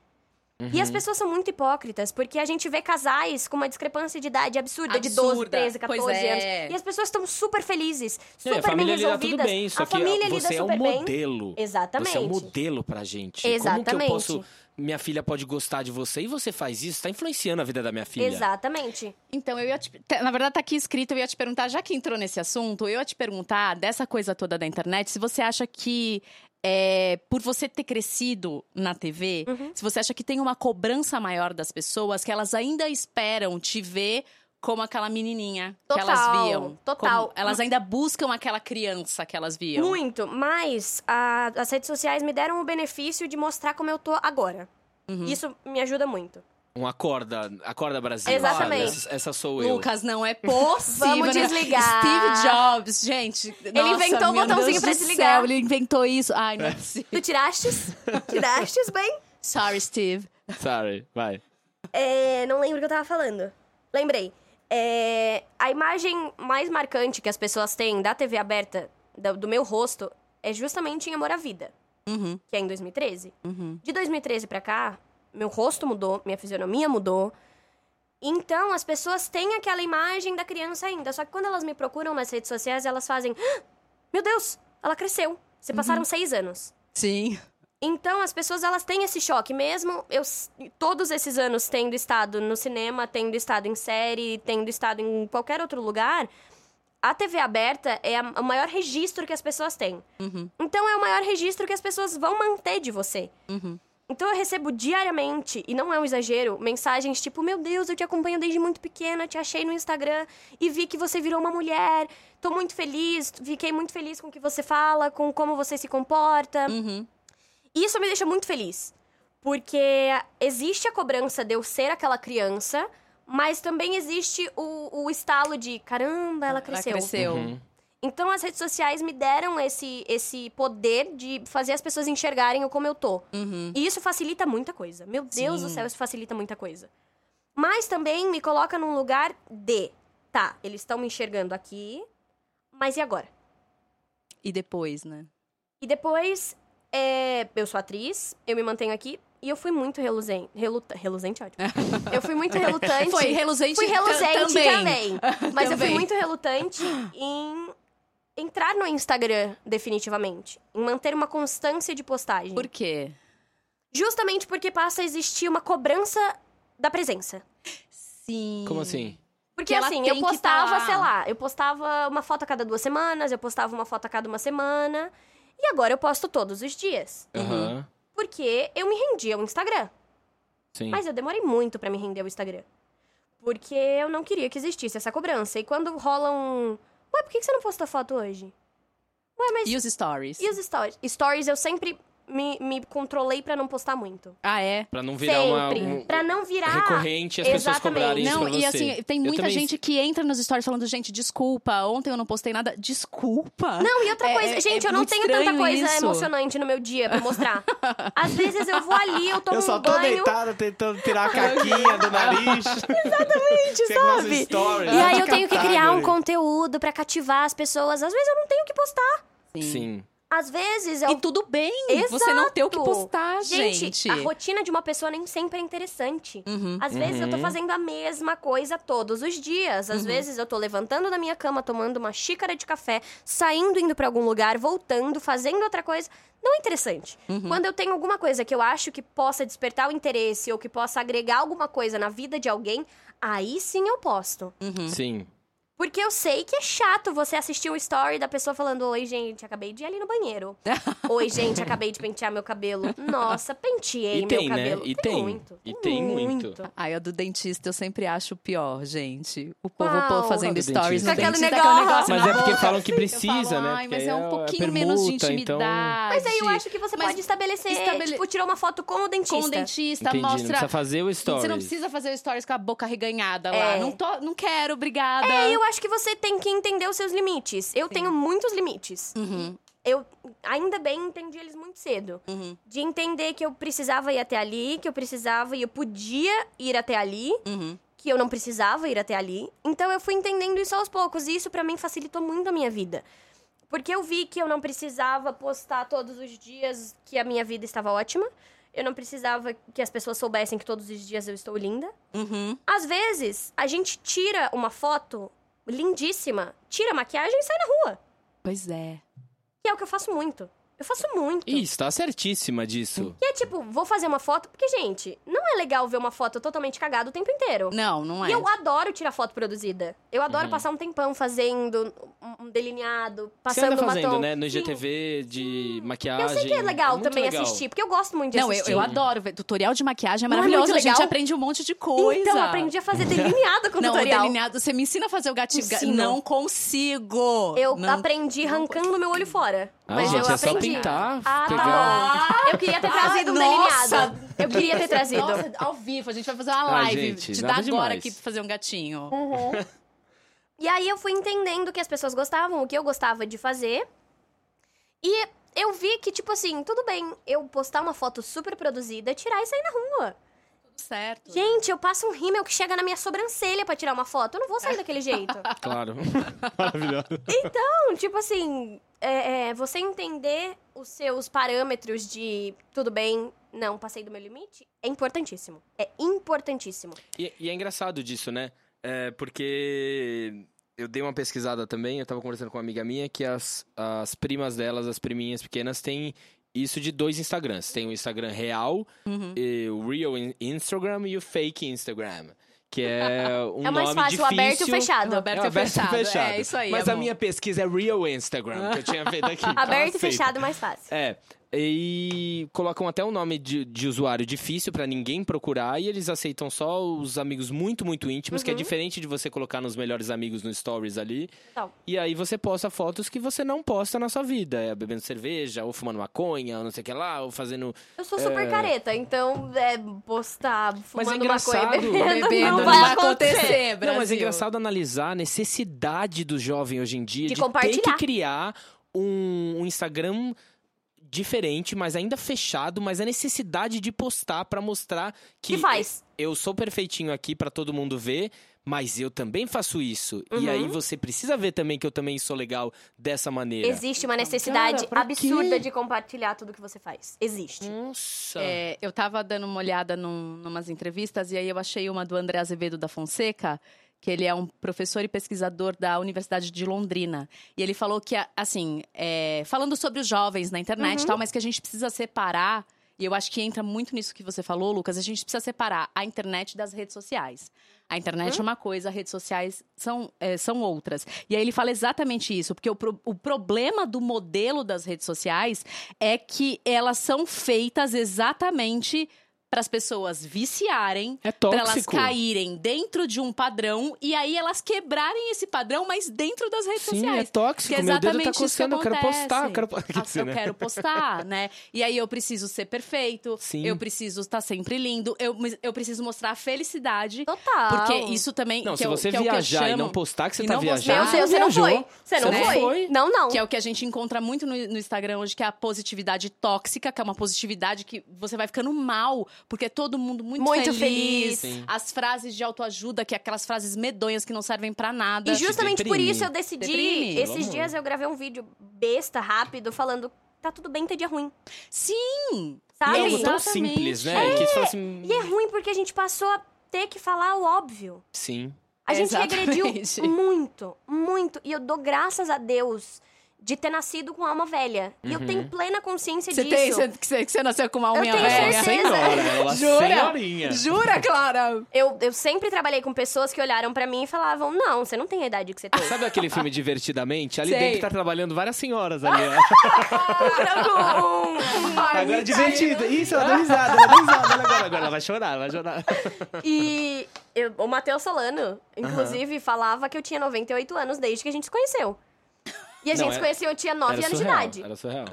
E as pessoas são muito hipócritas, porque a gente vê casais com uma discrepância de idade absurda, de 12,
Absurda.
13, 14
Pois é.
anos. E as pessoas estão super felizes,
Não, e
super
a família
bem
lida
resolvidas.
tudo bem, só
a
que
família lida
você é
super
um
bem.
modelo.
Exatamente.
Você é um modelo pra gente. Como que eu
Exatamente.
posso... Minha filha pode gostar de você e você faz isso, tá influenciando a vida da minha filha.
Exatamente.
Então, eu ia te... te- Na verdade, tá aqui escrito, eu ia te perguntar, já que entrou nesse assunto, eu ia te perguntar dessa coisa toda da internet, se você acha que. é, por você ter crescido na TV,
Uhum.
se você acha que tem uma cobrança maior das pessoas, que elas ainda esperam te ver como aquela menininha que elas
Total,
viam.
total.
Como- elas ainda buscam aquela criança que elas viam.
Muito, mas a- as redes sociais me deram o benefício de mostrar como eu tô agora.
Uhum.
Isso me ajuda muito.
Um acorda, acorda Brasil.
Exatamente.
sabe? Essa, essa sou eu.
Lucas, não é possível.
Vamos
né?
desligar.
Steve Jobs, gente. Ele
inventou o botãozinho pra desligar.
Ele inventou isso. Ai, não é possível. <laughs>
Tu tirastes? tirastes bem?
Sorry, Steve.
Sorry, vai.
É, não lembro o que eu tava falando. Lembrei. É, a imagem mais marcante que as pessoas têm da TV aberta, da- do, meu rosto, é justamente em Amor à Vida,
Uhum,
que é em 2013.
uhum.
De 2013 pra cá, meu rosto mudou, minha fisionomia mudou. Então, as pessoas têm aquela imagem da criança ainda. Só que quando elas me procuram nas redes sociais, elas fazem... "Ah, Meu Deus, ela cresceu. Se passaram seis anos.
Sim.
Então, as pessoas, elas têm esse choque. Mesmo eu, s- todos esses anos tendo estado no cinema, tendo estado em série, tendo estado em qualquer outro lugar... A TV aberta é a- o maior registro que as pessoas têm.
Uhum,
Então, é o maior registro que as pessoas vão manter de você.
uhum.
Então eu recebo diariamente, e não é um exagero, mensagens tipo: Meu Deus, eu te acompanho desde muito pequena, te achei no Instagram e vi que você virou uma mulher. Tô muito feliz, fiquei muito feliz com o que você fala, com como você se comporta.
Uhum.
E isso me deixa muito feliz. Porque existe a cobrança de eu ser aquela criança, mas também existe o, o estalo de caramba, ela cresceu.
Ela cresceu.
Uhum.
Então as redes sociais me deram esse, esse poder de fazer as pessoas enxergarem o como eu tô.
Uhum.
E isso facilita muita coisa. Meu Deus do
Sim.
céu, isso facilita muita coisa. Mas também me coloca num lugar de. Tá, eles estão me enxergando aqui, mas e agora?
E depois, né?
E depois, é, eu sou atriz, eu me mantenho aqui. E eu fui muito reluzente. Reluta,
<laughs>
reluzente, ótimo. Eu fui muito relutante.
Foi reluzente,
Fui
tam-
reluzente
também.
também.
<laughs>
Mas eu fui
Também.
muito relutante em entrar no Instagram, definitivamente. Em manter uma constância de postagem.
Por quê?
Justamente porque passa a existir uma cobrança da presença.
Sim.
Como assim?
Porque
Que ela
assim,
tem
eu
que tá
postava,
lá.
sei lá, eu postava uma foto a cada duas semanas, eu postava uma foto a cada uma semana. E agora eu posto todos os dias.
Aham.
Porque eu me rendi ao Instagram.
Sim.
Mas eu demorei muito pra me render ao Instagram. Porque eu não queria que existisse essa cobrança. E quando rola um. Ué, por que que você não postou foto hoje?
E os stories?
E os stories? Stories eu sempre me, me controlei pra não postar muito.
Ah, é?
Pra não virar uma.
sempre.
um-
pra não virar.
recorrente as pessoas
exatamente.
cobrarem isso
não,
pra você.
e assim, tem
Eu
muita
também-
gente que entra nos stories falando, gente, desculpa, ontem eu não postei nada. Desculpa?
Não, e outra
É-
coisa,
é-
gente,
é
eu não
muito
tenho tanta
estranho
coisa
isso.
emocionante no meu dia pra
<laughs>
mostrar. Às vezes eu vou ali, eu tomo
Eu só
um
tô
banho.
deitada tentando tirar a caquinha do
<laughs>
nariz. Exatamente,
sabe?
Stories,
E aí eu
de
tenho que
catar,
criar um
né?
conteúdo pra cativar as pessoas. Às vezes eu não tenho o que postar.
Sim.
Às vezes eu
E tudo bem você não ter o que
é Exato.
postar, gente.
a rotina de uma pessoa nem sempre é interessante.
Uhum.
Às vezes eu tô
Uhum.
fazendo a mesma coisa todos os dias.
Uhum.
Às vezes eu tô levantando da minha cama, tomando uma xícara de café, saindo, indo pra algum lugar, voltando, fazendo outra coisa. Não é interessante.
Uhum.
Quando eu tenho alguma coisa que eu acho que possa despertar o interesse ou que possa agregar alguma coisa na vida de alguém, aí sim eu posto.
Uhum.
Sim.
Porque eu sei que é chato você assistir um story da pessoa falando: Oi, gente, acabei de ir ali no banheiro.
uhum.
Oi, gente, acabei de pentear meu cabelo. Nossa, penteei
E tem,
meu
né?
cabelo.
E tem.
muito.
E tem muito.
<laughs> Ai, a do dentista eu sempre acho o pior, gente. O povo
Qual?
pô, fazendo
Qual do
stories
dentista?
no
Aquele
dentista,
Mas
negócio.
é
não.
porque falam que
Eu
precisa,
falo,
né?
Ai,
Porque
mas
aí
é um
a
pouquinho
permuta,
menos de
então-
intimidade.
Mas aí eu acho que você
Mas
pode estabelecer,
estabele-
tipo, tirar uma foto com o dentista.
Com o
tá
dentista,
Entendi, não
mostra...
precisa fazer o stories.
Você não precisa fazer o stories com a boca reganhada
É.
lá. Não, tô, não quero, obrigada.
É, eu acho que você tem que entender os seus limites. Eu tenho muitos limites.
Uhum,
Eu ainda bem entendi eles muito cedo.
uhum,
De entender que eu precisava ir até ali, que eu precisava e eu podia ir até ali.
uhum.
que eu não precisava ir até ali. Então eu fui entendendo isso aos poucos e isso pra mim facilitou muito a minha vida. Porque eu vi que eu não precisava postar todos os dias que a minha vida estava ótima. Eu não precisava que as pessoas soubessem que todos os dias eu estou linda.
uhum.
Às vezes, a gente tira uma foto lindíssima, tira a maquiagem e sai na rua.
Pois é.
Que é o que eu faço muito. Eu faço muito.
Isso, tá certíssima disso.
E é tipo, vou fazer uma foto, porque, gente, não é legal ver uma foto totalmente cagada o tempo inteiro.
Não, não é.
E eu adoro tirar foto produzida. Eu adoro
Uhum.
passar um tempão fazendo um- um
Você
delineado, passando
anda
uma
fazendo,
tom.
né? No
Sim.
IGTV, de maquiagem.
Eu sei que é legal
muito
também
legal.
assistir, porque eu gosto muito de
Não, eu,
assistir.
eu adoro. ver. Tutorial de maquiagem é
Não é
maravilhoso.
muito
a gente
legal?
aprende um monte de coisa.
é.
Então, eu aprendi
<laughs>
a fazer delineado com
não, o
tutorial.
delineado. Você me ensina a fazer o gatilho. ga-
Ensino.
Não consigo.
Eu
não...
aprendi arrancando meu olho fora.
Ah,
mas
gente,
eu
é só
aprendi.
pintar,
Ah,
pegar
tá. Eu queria ter
Ah,
trazido um
nossa!
delineado. Eu queria ter trazido.
Nossa, ao vivo, a gente vai fazer uma
Ah,
live.
gente,
Te dá
nada
agora
demais.
aqui pra fazer um gatinho.
Uhum. E aí eu fui entendendo o que as pessoas gostavam, o que eu gostava de fazer. E eu vi que, tipo assim, tudo bem eu postar uma foto super produzida, tirar e sair na rua.
Tudo certo.
Gente, eu passo um rímel que chega na minha sobrancelha pra tirar uma foto. Eu não vou sair
<laughs>
daquele jeito.
Claro. Maravilhoso.
Então, tipo assim, é, é, você entender os seus parâmetros de tudo bem, não passei do meu limite, é importantíssimo. É importantíssimo.
E, e é engraçado disso, né? É, porque eu dei uma pesquisada também, eu tava conversando com uma amiga minha que as, as primas delas, as priminhas pequenas, têm isso de dois Instagrams. Tem o Instagram real,
Uhum.
e o real in- Instagram e o fake Instagram. Que
<laughs>
é um
é mais
nome
fácil o aberto e o
difícil.
fechado.
O aberto
É,
e
o aberto e o
fechado. É isso aí.
Mas a
amor.
minha pesquisa é real Instagram, que eu tinha feito aqui.
<laughs> Aberto
Tava
e
feito.
fechado, mais fácil.
É. E colocam até o nome de, de usuário difícil pra ninguém procurar e eles aceitam só os amigos muito, muito íntimos, que é
Uhum.
diferente de você colocar nos melhores amigos no stories ali.
Tal.
E aí você posta fotos que você não posta na sua vida, é bebendo cerveja, ou fumando maconha, ou não sei o que lá, ou fazendo
Eu sou super careta, então é postar
É. Mas é
fumando maconha e
engraçado.
<laughs> bebendo,
Bebendo,
não vai acontecer.
acontecer, Brasil.
Não, mas é engraçado analisar a necessidade do jovem hoje em dia de,
De
ter
compartilhar.
que criar um, um Instagram diferente, mas ainda fechado, mas a necessidade de postar pra mostrar que
Que faz.
eu sou perfeitinho aqui pra todo mundo ver, mas eu também faço isso. E
Uhum.
aí você precisa ver também que eu também sou legal dessa maneira.
Existe uma necessidade
é. Cara, pra
absurda
quê? Hum.
de compartilhar tudo que você faz. Existe.
Nossa.
É, eu tava dando uma olhada num, numas entrevistas e aí eu achei uma do André Azevedo da Fonseca, que ele é um professor e pesquisador da Universidade de Londrina. E ele falou que, a- assim, é, falando sobre os jovens na internet e tal, mas que a gente precisa separar. E eu acho que entra muito nisso que você falou, Lucas. A gente precisa separar a internet das redes sociais. A internet é uma coisa, redes sociais são, é, são outras. E aí ele fala exatamente isso, porque o, pro- o problema do modelo das redes sociais é que elas são feitas exatamente para as pessoas viciarem,
É
para elas
tóxico.
caírem dentro de um padrão e aí elas quebrarem esse padrão, mas dentro das redes
Sim, é
sociais.
tóxico.
que é
Meu dedo
exatamente
tá
isso que
coçando, eu quero postar. Eu
acontece.
quero... Quer
Ah,
dizer, <laughs>
eu
né?
quero postar, né? E aí eu preciso ser perfeito,
Sim.
eu preciso estar sempre lindo, eu, eu preciso mostrar a felicidade.
Total.
Porque isso também.
Não,
que
se
é o-
você
que é o que eu
viajar e não
chamo-
postar que você
e
tá
não postar-
viajando,
Meu Deus, você não foi. Você não
Você não
foi.
foi.
Não, não.
Que é o que a gente encontra muito no, no Instagram hoje, que é a positividade tóxica, que é uma positividade que você vai ficando mal, porque é todo mundo muito,
Muito feliz.
feliz.
Sim.
As frases de autoajuda, que é aquelas frases medonhas que não servem pra nada.
E justamente por
deprime.
isso eu decidi.
Deprime.
Pelo
Esses
amor.
dias eu gravei um vídeo besta, rápido, falando tá tudo bem ter dia ruim,
Sim!
E
sabe?
é algo tão
Ah, Exatamente.
simples, né? Que você fala assim.
E é ruim porque a gente passou a ter que falar o óbvio.
Sim.
A gente
Exatamente. <laughs>
regrediu muito, muito. E eu dou graças a Deus de ter nascido com alma velha. E eu
Uhum.
tenho plena consciência
Você
disso.
tem, você, que você- que você nasceu com uma
Eu
unha
tenho
velha.
<laughs>
certeza.
ela
Jura?
senhorinha.
Jura,
é
Clara?
Eu, eu sempre trabalhei com pessoas que olharam pra mim e falavam: Não, você não tem a idade que você tem.
Sabe aquele filme Divertidamente? Ali
Sei.
dentro tá trabalhando várias senhoras ali. ó.
é?
<laughs>
agora é divertido. Isso, ela deu risada, ela deu risada. Olha Agora, agora ela vai chorar, ela vai chorar.
E eu- o Matheus Solano, inclusive, falava que eu tinha 98 anos desde que a gente se conheceu. E a
Não,
gente se
era-
conheceu, eu tinha 9
Era
anos
surreal,
de idade.
Era surreal.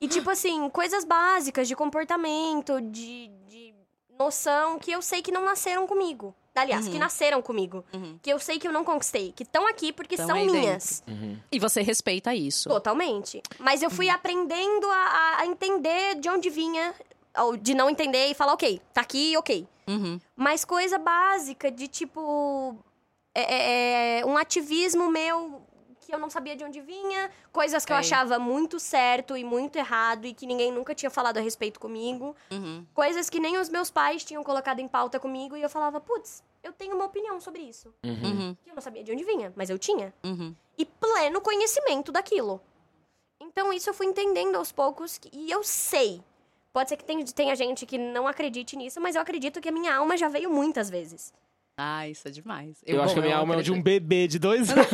E, tipo assim, coisas básicas de comportamento, de, de noção que eu sei que não nasceram comigo. Aliás, que nasceram comigo.
Uhum.
Que eu sei que eu não conquistei. Que estão aqui porque
Tão
são
aí
minhas.
E você respeita isso.
Totalmente. Mas eu fui aprendendo a, a- a entender de onde vinha, ou de não entender e falar, ok, tá aqui, ok.
Uhum.
Mas coisa básica de tipo. é- é- é, um ativismo meu que eu não sabia de onde vinha, coisas que eu
Sei.
achava muito certo e muito errado e que ninguém nunca tinha falado a respeito comigo,
Uhum.
coisas que nem os meus pais tinham colocado em pauta comigo e eu falava, putz, eu tenho uma opinião sobre isso,
Uhum.
que eu não sabia de onde vinha, mas eu tinha,
Uhum.
e pleno conhecimento daquilo. Então isso eu fui entendendo aos poucos que- e eu sei. Pode ser que tenha, tenha gente que não acredite nisso, mas eu acredito que a minha alma já veio muitas vezes.
Ah, isso é demais.
Eu, acho que a minha alma é de um bebê de dois anos.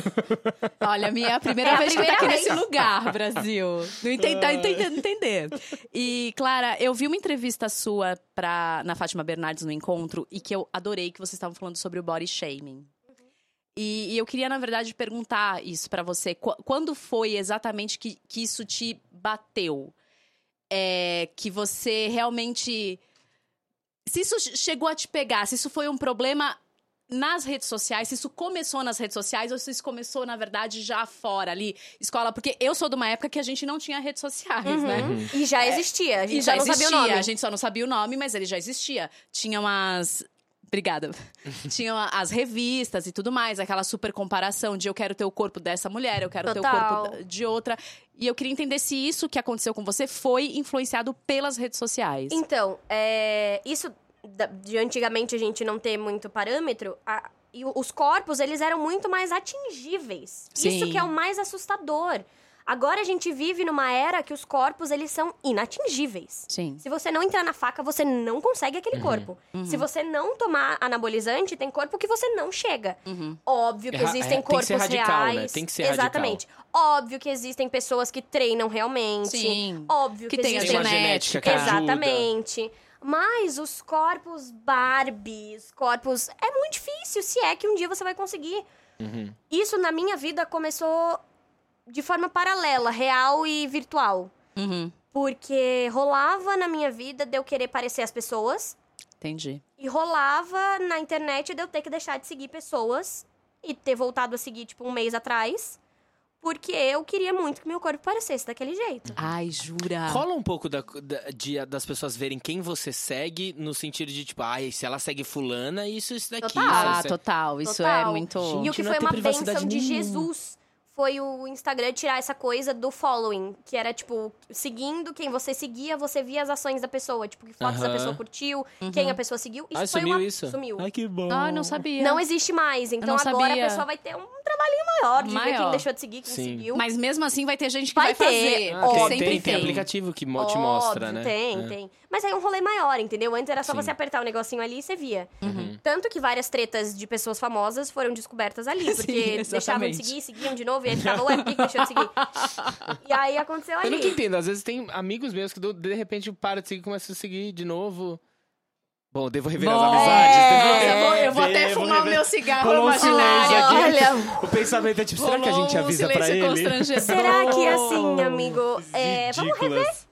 Olha, minha é a primeira
É a
vez que eu tô aqui
primeira
nesse
vez.
lugar, Brasil. Não entendi, tá tentando entender. E, Clara, eu vi uma entrevista sua pra, na Fátima Bernardes no encontro e que eu adorei que vocês estavam falando sobre o body shaming. E, e eu queria, na verdade, perguntar isso pra você. Qu- quando foi exatamente que, que isso te bateu? É, que você realmente. Se isso che- chegou a te pegar, se isso foi um problema nas redes sociais, se isso começou nas redes sociais ou se isso começou, na verdade, já fora ali, escola, porque eu sou de uma época que a gente não tinha redes sociais, né?
Uhum. E
É,
já existia, a gente
E
já,
já
não
existia,
sabia o nome.
a gente só não sabia o nome, mas ele já existia. Tinha umas.
<laughs>
Obrigada. Tinha as revistas e tudo mais, aquela super comparação de eu quero ter o corpo dessa mulher, eu quero ter
Total.
o corpo da- de outra. E eu queria entender se isso que aconteceu com você foi influenciado pelas redes sociais.
Então, é, isso da- de antigamente a gente não ter muito parâmetro, a- e o- os corpos eles eram muito mais atingíveis. Isso
Sim.
que é o mais assustador. Agora a gente vive numa era que os corpos, eles são inatingíveis.
Sim.
Se você não entrar na faca, você não consegue
Uhum.
aquele corpo. Se você não tomar anabolizante, tem corpo que você não chega.
Uhum.
Óbvio
É
que
ra- é,
existem
tem que
corpos
ser radical, né?
reais.
Tem que ser
Exatamente. Óbvio que existem pessoas que treinam realmente.
Sim.
Óbvio
Que
que,
Tem
tem a
existem
uma genética
genética,
que ajuda.
é Exatamente. Mas os corpos Barbies, corpos. É muito difícil, se é que um dia você vai conseguir.
Uhum.
Isso na minha vida começou de forma paralela, real e virtual.
Uhum.
Porque rolava na minha vida de eu querer parecer as pessoas.
Entendi.
E rolava na internet de eu ter que deixar de seguir pessoas e ter voltado a seguir, tipo, um mês atrás. Porque eu queria muito que meu corpo parecesse daquele jeito.
Ai,
Ah.
jura.
Rola um pouco da, da- de- das pessoas verem quem você segue, no sentido de, tipo, ai, se ela segue fulana, isso, isso daqui.
Ah,
isso, isso.
total. Isso é
Total.
muito.
Gente,
E o que
não
foi
tem
uma
privacidade
bênção de
nenhuma.
Jesus foi o Instagram tirar essa coisa do following, que era tipo, seguindo quem você seguia, você via as ações da pessoa, tipo, que fotos a
Aham.
pessoa curtiu,
Uhum.
quem a pessoa seguiu. Isso
Ai,
foi
sumiu
uma...
isso?
Sumiu.
Ai, que é. bom.
Ah, não sabia.
Não existe mais. Então
não
agora
sabia.
a pessoa vai ter um trabalhinho maior de ver
Maior.
quem deixou de seguir, quem
Sim.
seguiu.
Mas mesmo assim vai ter gente que vai,
Vai
fazer.
ter,
Ah,
porque
tem,
óbvio.
sempre
tem,
tem.
tem aplicativo que mo- te
Óbvio,
mostra, né?
Tem,
É.
tem. Mas aí é um rolê maior, entendeu? Antes era só
Sim.
você apertar o negocinho ali e você via.
Hum.
Uhum.
Tanto que várias tretas de pessoas famosas foram descobertas ali,
<laughs> Sim,
porque deixavam
exatamente.
de seguir, seguiam de novo, e aí ficava, ué, por que que deixou de
<laughs>
seguir? e aí aconteceu
Eu
ali.
nunca entendo. Às vezes tem amigos meus que do- de repente param de seguir e começam a seguir de novo. Bom, devo rever as
Bom,
amizades.
é,
devo-
eu vou, eu vou até
devo
fumar o
rever-
meu cigarro
Rolou um
imaginário.
silêncio aqui.
Olha,
O pensamento é tipo, será que a
rolou
gente
um
avisa pra
silêncio
ele?
constrangedor.
Será que é assim, amigo? É, vamos
Ridículas.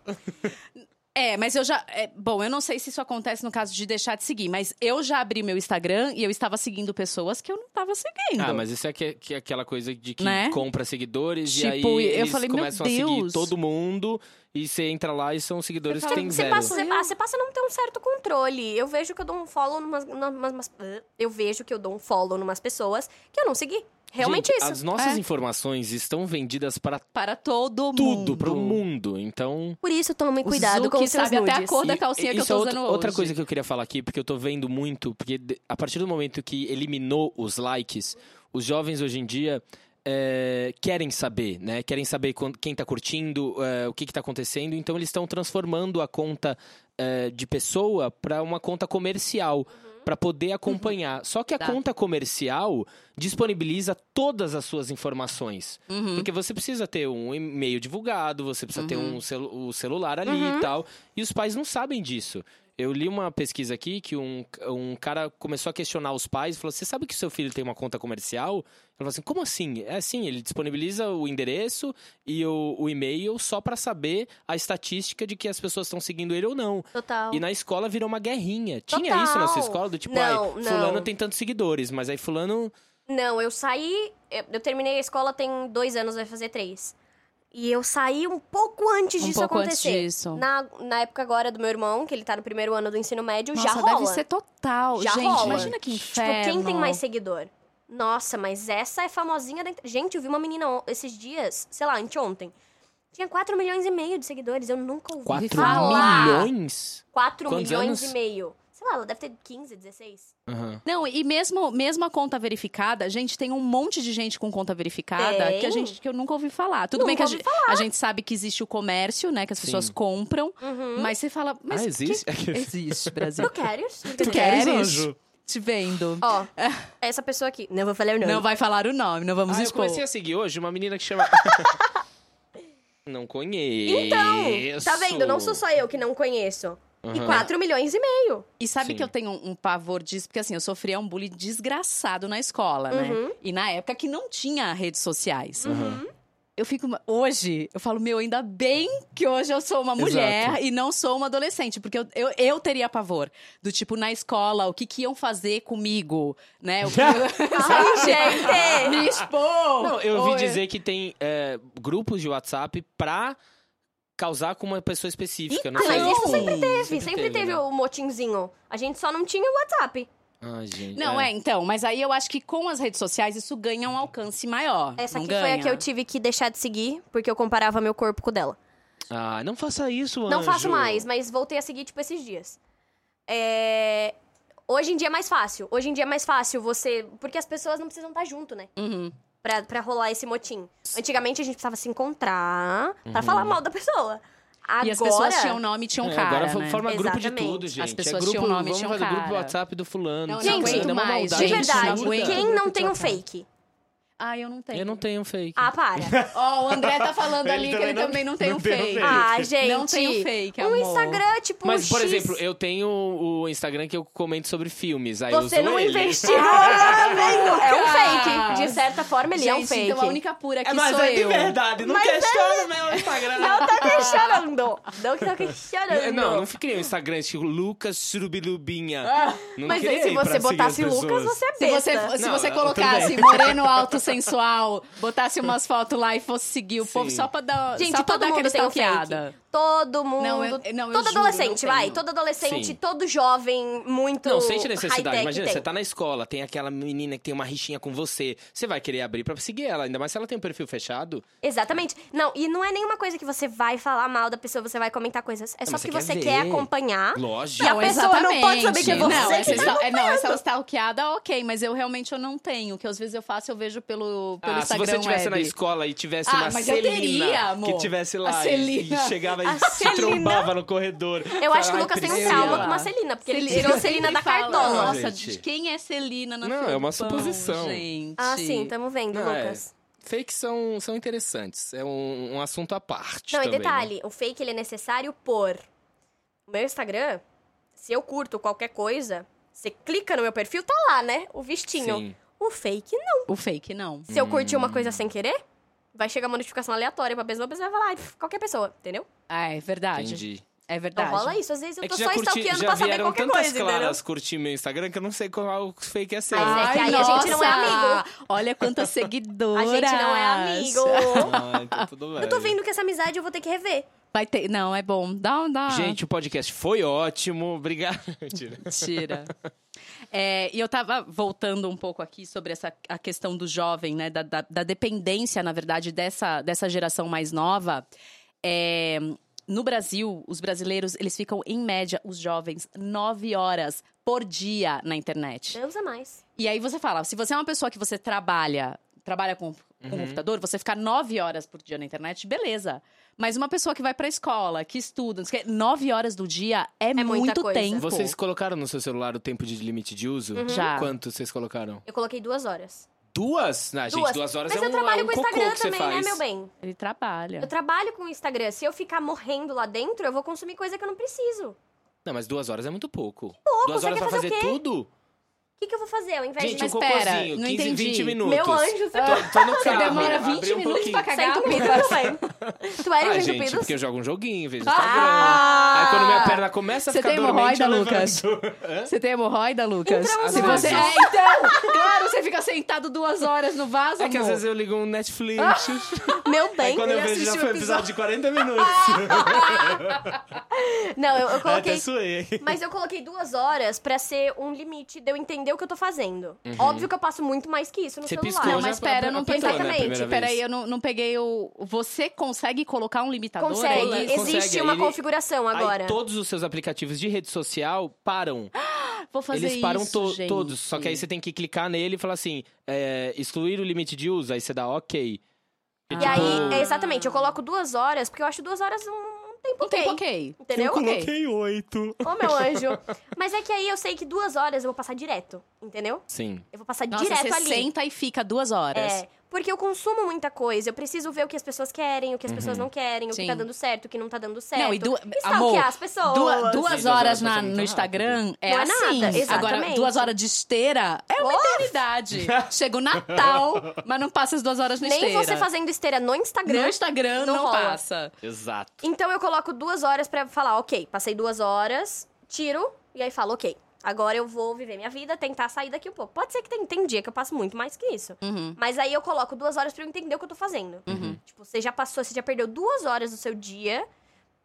É, mas eu já. é, bom, eu não sei se isso acontece no caso de deixar de seguir, mas eu já abri meu Instagram e eu estava seguindo pessoas que eu não estava seguindo.
Ah, mas isso é que, que é aquela coisa de que
Né?
compra seguidores
Tipo,
e aí
eu
eles
falei, meu
começam a
Deus.
seguir todo mundo e você entra lá e são seguidores que
Você-
tem
você
zero.
passa, você, ah, você passa a não ter um certo controle. Eu vejo que eu dou um follow numas, numas- numas- Eu vejo que eu dou um follow numas pessoas que eu não segui. Realmente
Gente,
isso.
As nossas
É.
informações estão vendidas para
Para todo
tudo,
mundo.
para o mundo. Então,
Por isso, tomem
O
cuidado com
Zuki
os seus
sabe até a
nudes.
cor da
E-
calcinha que eu
isso
tô
é outra-
usando
Outra
hoje.
coisa que eu queria falar aqui, porque eu tô vendo muito, porque de- a partir do momento que eliminou os likes, os jovens hoje em dia é, querem saber, né? Querem saber quan- quem tá curtindo, é, o que que tá acontecendo, então eles estão transformando a conta é, de pessoa pra uma conta comercial. pra poder acompanhar. Só que a
Uhum. Tá.
conta comercial disponibiliza todas as suas informações.
Uhum.
Porque você precisa ter um e-mail divulgado, você precisa ter
Uhum.
um celu- o celular ali
Uhum.
e tal. E os pais não sabem disso. Eu li uma pesquisa aqui que um, um cara começou a questionar os pais e falou: Você sabe que o seu filho tem uma conta comercial? Ele falou assim: Como assim? É assim, ele disponibiliza o endereço e o, o e-mail só pra saber a estatística de que as pessoas estão seguindo ele ou não.
Total.
E na escola virou uma guerrinha. Tinha
Total.
isso na sua escola? Do tipo,
Não,
ai,
não.
fulano tem tantos seguidores, mas aí fulano.
Não, eu saí. Eu, eu terminei a escola tem dois anos, vai fazer três. E eu saí um pouco antes
Um
disso
pouco antes
acontecer.
disso.
Na, na época agora do meu irmão, que ele tá no primeiro ano do ensino médio,
Nossa,
já rola.
deve ser total.
Já
gente,
rola.
imagina que
Tipo,
inferno.
quem tem mais seguidor? Nossa, mas essa é famosinha da internet. Gente, eu vi uma menina on- esses dias, sei lá, anteontem. Tinha 4 milhões e meio de seguidores, eu nunca ouvi
4
falar.
milhões?
4
Quantos
milhões
anos?
e meio. Sei lá, ela deve ter 15, 16.
Aham.
Não, e mesmo, mesmo a conta verificada, gente, tem um monte de gente com conta verificada
Tem.
que a gente que eu nunca ouvi falar. Tudo bem que
Nunca
a gente, a gente sabe que existe o comércio, né, que as pessoas
Sim.
compram,
Uhum.
mas você fala, mas
Ah,
que-
existe? <laughs>
Existe, Brasil.
Tu queres?
<laughs> Tu queres? Te vendo.
Ó, essa pessoa aqui. Não vou falar o nome.
Não vai falar o nome, não vamos
Ah, eu
expor.
comecei a seguir hoje uma menina que chama. <laughs> não conheço.
Então, tá vendo? Não sou só eu que não conheço. E
Aham.
4 milhões e meio.
E sabe
Sim.
que eu tenho um, um pavor disso? Porque assim, eu sofria um bullying desgraçado na escola, né? E na época que não tinha redes sociais. né?
Uhum.
Aham.
Eu fico. Hoje, eu falo, meu, ainda bem que hoje eu sou uma
Exato.
mulher e não sou uma adolescente. Porque eu, eu, eu teria pavor. Do tipo, na escola, o que, que iam fazer comigo, né? O que- <laughs>
Ai, gente!
Me expor!
Não, eu ouvi
Ou
dizer que tem é, grupos de WhatsApp pra causar com uma pessoa específica. Não
Ah,
sei
mas isso
como.
sempre teve. Sempre, teve
né?
o motinzinho. A gente só não tinha o WhatsApp.
Ah, gente,
Não, é. então, mas aí eu acho que com as redes sociais isso ganha um alcance maior.
Essa
não
aqui
ganha?
foi a que eu tive que deixar de seguir, porque eu comparava meu corpo com o dela.
Ah, não faça isso, anjo.
Não faço mais, mas voltei a seguir, tipo, esses dias. É... Hoje em dia é mais fácil. Hoje em dia é mais fácil você... Porque as pessoas não precisam estar junto, né?
Uhum.
pra, pra rolar esse motim. Antigamente a gente precisava se encontrar pra falar mal da pessoa. Agora,
Uhum. E as pessoas tinham nome e tinham
É,
cara,
agora fo-
né?
forma grupo de
Exatamente.
tudo, gente.
As pessoas
é grupo,
um
tinham nome,
vamos
tinham
fazer grupo
cara.
WhatsApp do fulano.
Não,
sabe?
não
Ainda é uma
aguento mais,
maldade
de
gente,
verdade,
não
absurda.
aguento.
quem não tem um
Eu também.
fake?
Ah, eu não tenho.
Eu não tenho <laughs> fake.
Ah, para.
Ó, o André tá
<laughs>
falando ali
Ele
que
também
ele
não-
também não tem
não
um
tem um
fake.
fake.
Ah, gente.
Não tem um fake,
Um
amor.
Instagram, tipo,
Mas, por
X.
exemplo, eu tenho o Instagram que eu comento sobre filmes. Aí
Você
eu uso
não é
ele.
<laughs>
investigou nada, amigo. É um
Lucas.
fake. De certa forma, ele
Gente,
é um fake.
então a única pura aqui
É, mas
sou
é de
eu.
verdade. Não questiona o meu Instagram.
Não tá questionando. Não tá questionando.
Não, não queria um Instagram tipo Lucas Surubilubinha.
Ah,
Não
Mas
criei
aí, se
pra
você
seguir
botasse
as
Lucas,
pessoas.
você é
Se você,
besta.
se
Não,
você
eu
colocasse
também.
moreno alto sensual, botasse umas fotos lá e fosse seguir o
Sim.
povo só pra dar,
Gente,
só pra
todo
dar aquela
mundo tem um
stalkeada.
fake. Todo mundo.
Não, eu- não, eu
todo
juro,
adolescente,
não
vai.
tenho.
Todo adolescente,
Sim.
todo jovem, muito.
Não, sente necessidade.
high-tech
Imagina,
tem.
você tá na escola, tem aquela menina que tem uma rixinha com você. Você vai querer abrir pra seguir ela, ainda mais se ela tem um perfil fechado.
Exatamente. Não, e não é nenhuma coisa que você vai falar mal da pessoa, você vai comentar coisas. É só
mas
porque
você
você
quer
quer
ver.
acompanhar.
Lógico.
Ah, E a pessoa não pode
exatamente.
saber que é você
Não,
que
essa,
tá
stal- é, não, essa stalkeada, ok, mas eu realmente eu não tenho. Que às vezes eu faço, eu vejo pelo, pelo
Ah, se
Instagram
você estivesse
web.
na escola e tivesse
Ah,
uma
mas eu
Celina
teria, amor.
que tivesse
A
lá e,
Celina.
e chegava
A
e se
Celina.
trombava no corredor.
Eu acho que o
Ai,
Lucas tem um
Priscila.
trauma com uma Celina, porque ele tirou Celina da
sempre falo,
cartola.
Nossa,
né, Gente.
de quem é Celina na
Não,
fila
é
do
uma
pão,
suposição.
Gente.
Ah, sim, tamo vendo,
Não, é.
Lucas.
Fakes são, são interessantes. É um, um assunto à parte.
Não,
também, né?
e detalhe, o fake ele é necessário por. O meu Instagram, se eu curto qualquer coisa, você clica no meu perfil, tá lá, né? O
né?
vistinho.
Sim.
O fake, não.
O fake, não.
Se eu curtir uma coisa sem querer, vai chegar uma notificação aleatória pra pessoa, a pessoa vai falar, "Ai, pff, qualquer pessoa, entendeu?
Ah, é verdade.
Entendi.
É
Então
verdade.
rola isso. Às vezes eu
É
tô
que
só
já, curti,
stalkeando
já
pra saber
vieram
qualquer
tantas
coisa, entendeu?
claras curtir meu Instagram que eu não sei qual fake é seu.
Mas é que
Ai,
aí a gente não é
nossa!
amigo.
Olha quantas seguidoras.
<laughs> A gente não é amigo. <laughs>
Ah, então tudo bem.
Eu tô vendo que essa amizade eu vou ter que rever.
Vai ter... Não, é bom. Dá um... Dá...
Gente, o podcast foi ótimo. Obrigado. <laughs>
Tá
Mentira.
Mentira. <laughs> É, e eu tava voltando um pouco aqui sobre essa a questão do jovem, né? Da, da- da dependência, na verdade, dessa, dessa geração mais nova. É, no Brasil, os brasileiros, eles ficam, em média, os jovens, nove horas por dia na internet.
Deus é mais.
E aí você fala, se você é uma pessoa que você trabalha, trabalha com com
Uhum.
computador, você ficar nove horas por dia na internet, beleza. Mas uma pessoa que vai pra escola, que estuda, não sei o quê, nove horas do dia é,
muita
muito
coisa.
tempo.
Vocês colocaram no seu celular o tempo de limite de uso?
Uhum.
Já.
Quanto vocês colocaram?
Eu coloquei duas horas.
Duas? Ah, gente,
Duas.
duas horas
Mas
é
eu
um,
trabalho
é um
com o
cocô
Instagram
que você
também,
faz.
né, meu bem?
Ele trabalha.
Eu trabalho com o Instagram. Se eu ficar morrendo lá dentro, eu vou consumir coisa que eu não preciso. O
Não, mas duas horas é muito pouco. pouco duas
você
horas é
quer
pra
fazer o
fazer tudo?
que, que eu vou fazer ao invés
Gente,
de...
um
mas pera,
cocôzinho,
não
15,
entendi.
20 minutos.
Meu anjo, você
Tô, tô no
Você
carro,
demora
abri
20
um
minutos pra
pouquinho.
cagar,
Senta
Pedro.
um pouco, bem. Tu era
Ah,
entupido?
gente, porque eu jogo um joguinho, vejo Instagram.
Ah!
Aí quando minha perna começa a
Você
ficar
tem
dormente, eu
hemorroida,
<laughs>
Lucas?
levanto. Hã?
Você tem hemorroida, Lucas?
Entramos
Se
no
você...
vaso.
É, então! Claro, você fica sentado duas horas no vaso,
É que às
amor.
vezes eu ligo um Netflix.
Meu
Aí
bem.
quando eu
ele
vejo já
assistiu
foi um
o
episódio de 40 minutos.
Não,
<laughs>
eu, eu
Aí
Ah,
Até
coloquei...
suei.
Mas eu coloquei duas horas pra ser um limite de eu entender o que eu tô fazendo. Óbvio que eu passo muito mais que isso no
Uhum. Você
celular.
piscou,
Não,
já
Ah, mas pera, eu não
apertou,
peguei.
né, a primeira
Exatamente.
vez.
Peraí, eu não, não peguei o. Você consegue colocar um limitador?
Consegue.
aí?
Consegue,
Existe
aí
uma
ele-
configuração agora.
Aí todos os seus aplicativos de rede social param.
Vou Ah, fazer
Eles param
isso,
to-
gente.
todos. Só que aí você tem que clicar nele e falar assim: é, excluir o limite de uso. Aí você dá ok. tipo,
E
Ah.
aí, é, exatamente, eu coloco duas horas, porque eu acho duas horas um, um tempo
Um
ok.
tempo ok.
Entendeu?
Ok.
oito.
Ô, meu anjo. Mas é que aí eu sei que duas horas eu vou passar direto, entendeu?
Sim.
Eu vou passar
Nossa,
direto
você
ali.
senta e fica duas horas.
É, porque eu consumo muita coisa. Eu preciso ver o que as pessoas querem, o que as
Uhum.
pessoas não querem, o
Sim.
que tá dando certo, o que não tá dando certo.
Não, e du- amor,
stalkear as pessoas.
Duas, duas
duas
horas
horas
na-
passa muito
no Instagram é,
Não é
assim.
nada,
Agora,
exatamente.
duas horas de esteira é uma eternidade. Chega o
<laughs>
Natal, mas não passa as duas horas na
Nem
esteira.
você fazendo esteira no Instagram.
No Instagram não,
não rola.
passa.
Exato.
Então eu coloco duas horas pra falar, ok, passei duas horas, tiro, e aí falo, ok. Agora eu vou viver minha vida, tentar sair daqui um pouco. Pode ser que tem, tem dia que eu passo muito mais que isso.
Uhum.
Mas aí eu coloco duas horas pra eu entender o que eu tô fazendo.
Uhum.
Tipo, você já passou, você já perdeu duas horas do seu dia,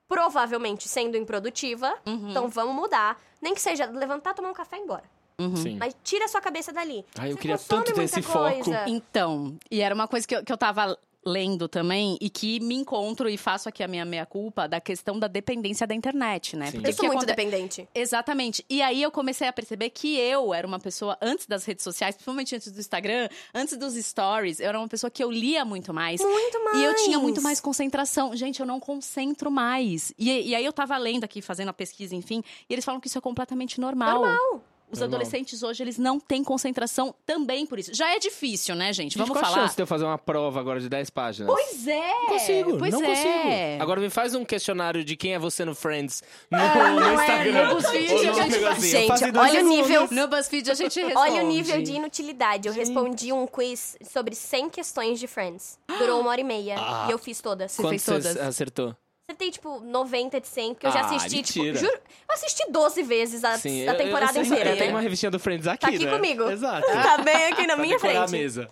provavelmente sendo improdutiva.
Uhum.
Então vamos mudar. Nem que seja levantar, tomar um café e ir embora.
Uhum.
Sim.
Mas tira a sua cabeça dali.
Ai, eu
Você
queria
consome
tanto ter
muita
É.
esse foco.
coisa.
Então, e era uma coisa que eu, que eu tava lendo também e que me encontro e faço aqui a minha meia-culpa da questão da dependência da internet, né?
Sim.
Porque
Eu
o
sou
que
muito
aconte-
dependente.
Exatamente. E aí eu comecei a perceber que eu era uma pessoa, antes das redes sociais, principalmente antes do Instagram, antes dos stories, eu era uma pessoa que eu lia muito mais.
Muito mais.
E eu tinha muito mais concentração. Gente, eu não concentro mais. E, e aí eu tava lendo aqui, fazendo a pesquisa, enfim, e eles falam que isso é completamente normal.
Normal.
Os
Normal.
adolescentes hoje, eles não têm concentração também por isso. Já é difícil, né, gente?
Gente,
Vamos
qual a
falar.
chance de eu fazer uma prova agora de 10 páginas?
Pois é!
Não consigo,
pois
não
é.
consigo. Agora me faz um questionário de quem é você no Friends no, no
não é,
Instagram.
no
BuzzFeed,
Ou no
eu já te
negocinho.
falei. Gente,
Eu faço em dois
olha o
segundos.
nível.
No BuzzFeed a gente responde.
Olha o nível de inutilidade. Eu respondi um quiz sobre 100 questões de Friends. Durou uma hora e meia.
Ah.
E eu fiz todas.
Você
Quanto
fez
você
todas?
acertou?
Acertei, tipo, 90 de 100, porque eu já
Ah,
assisti,
mentira.
tipo, juro. Eu assisti 12 vezes a,
Sim,
a
eu-
temporada
eu, eu, sei,
inteira.
Eu tenho uma revistinha do Friends aqui,
Tá aqui
né?
comigo.
Exato.
<laughs> Tá bem aqui na
Pra
minha
decorar a
frente.
mesa.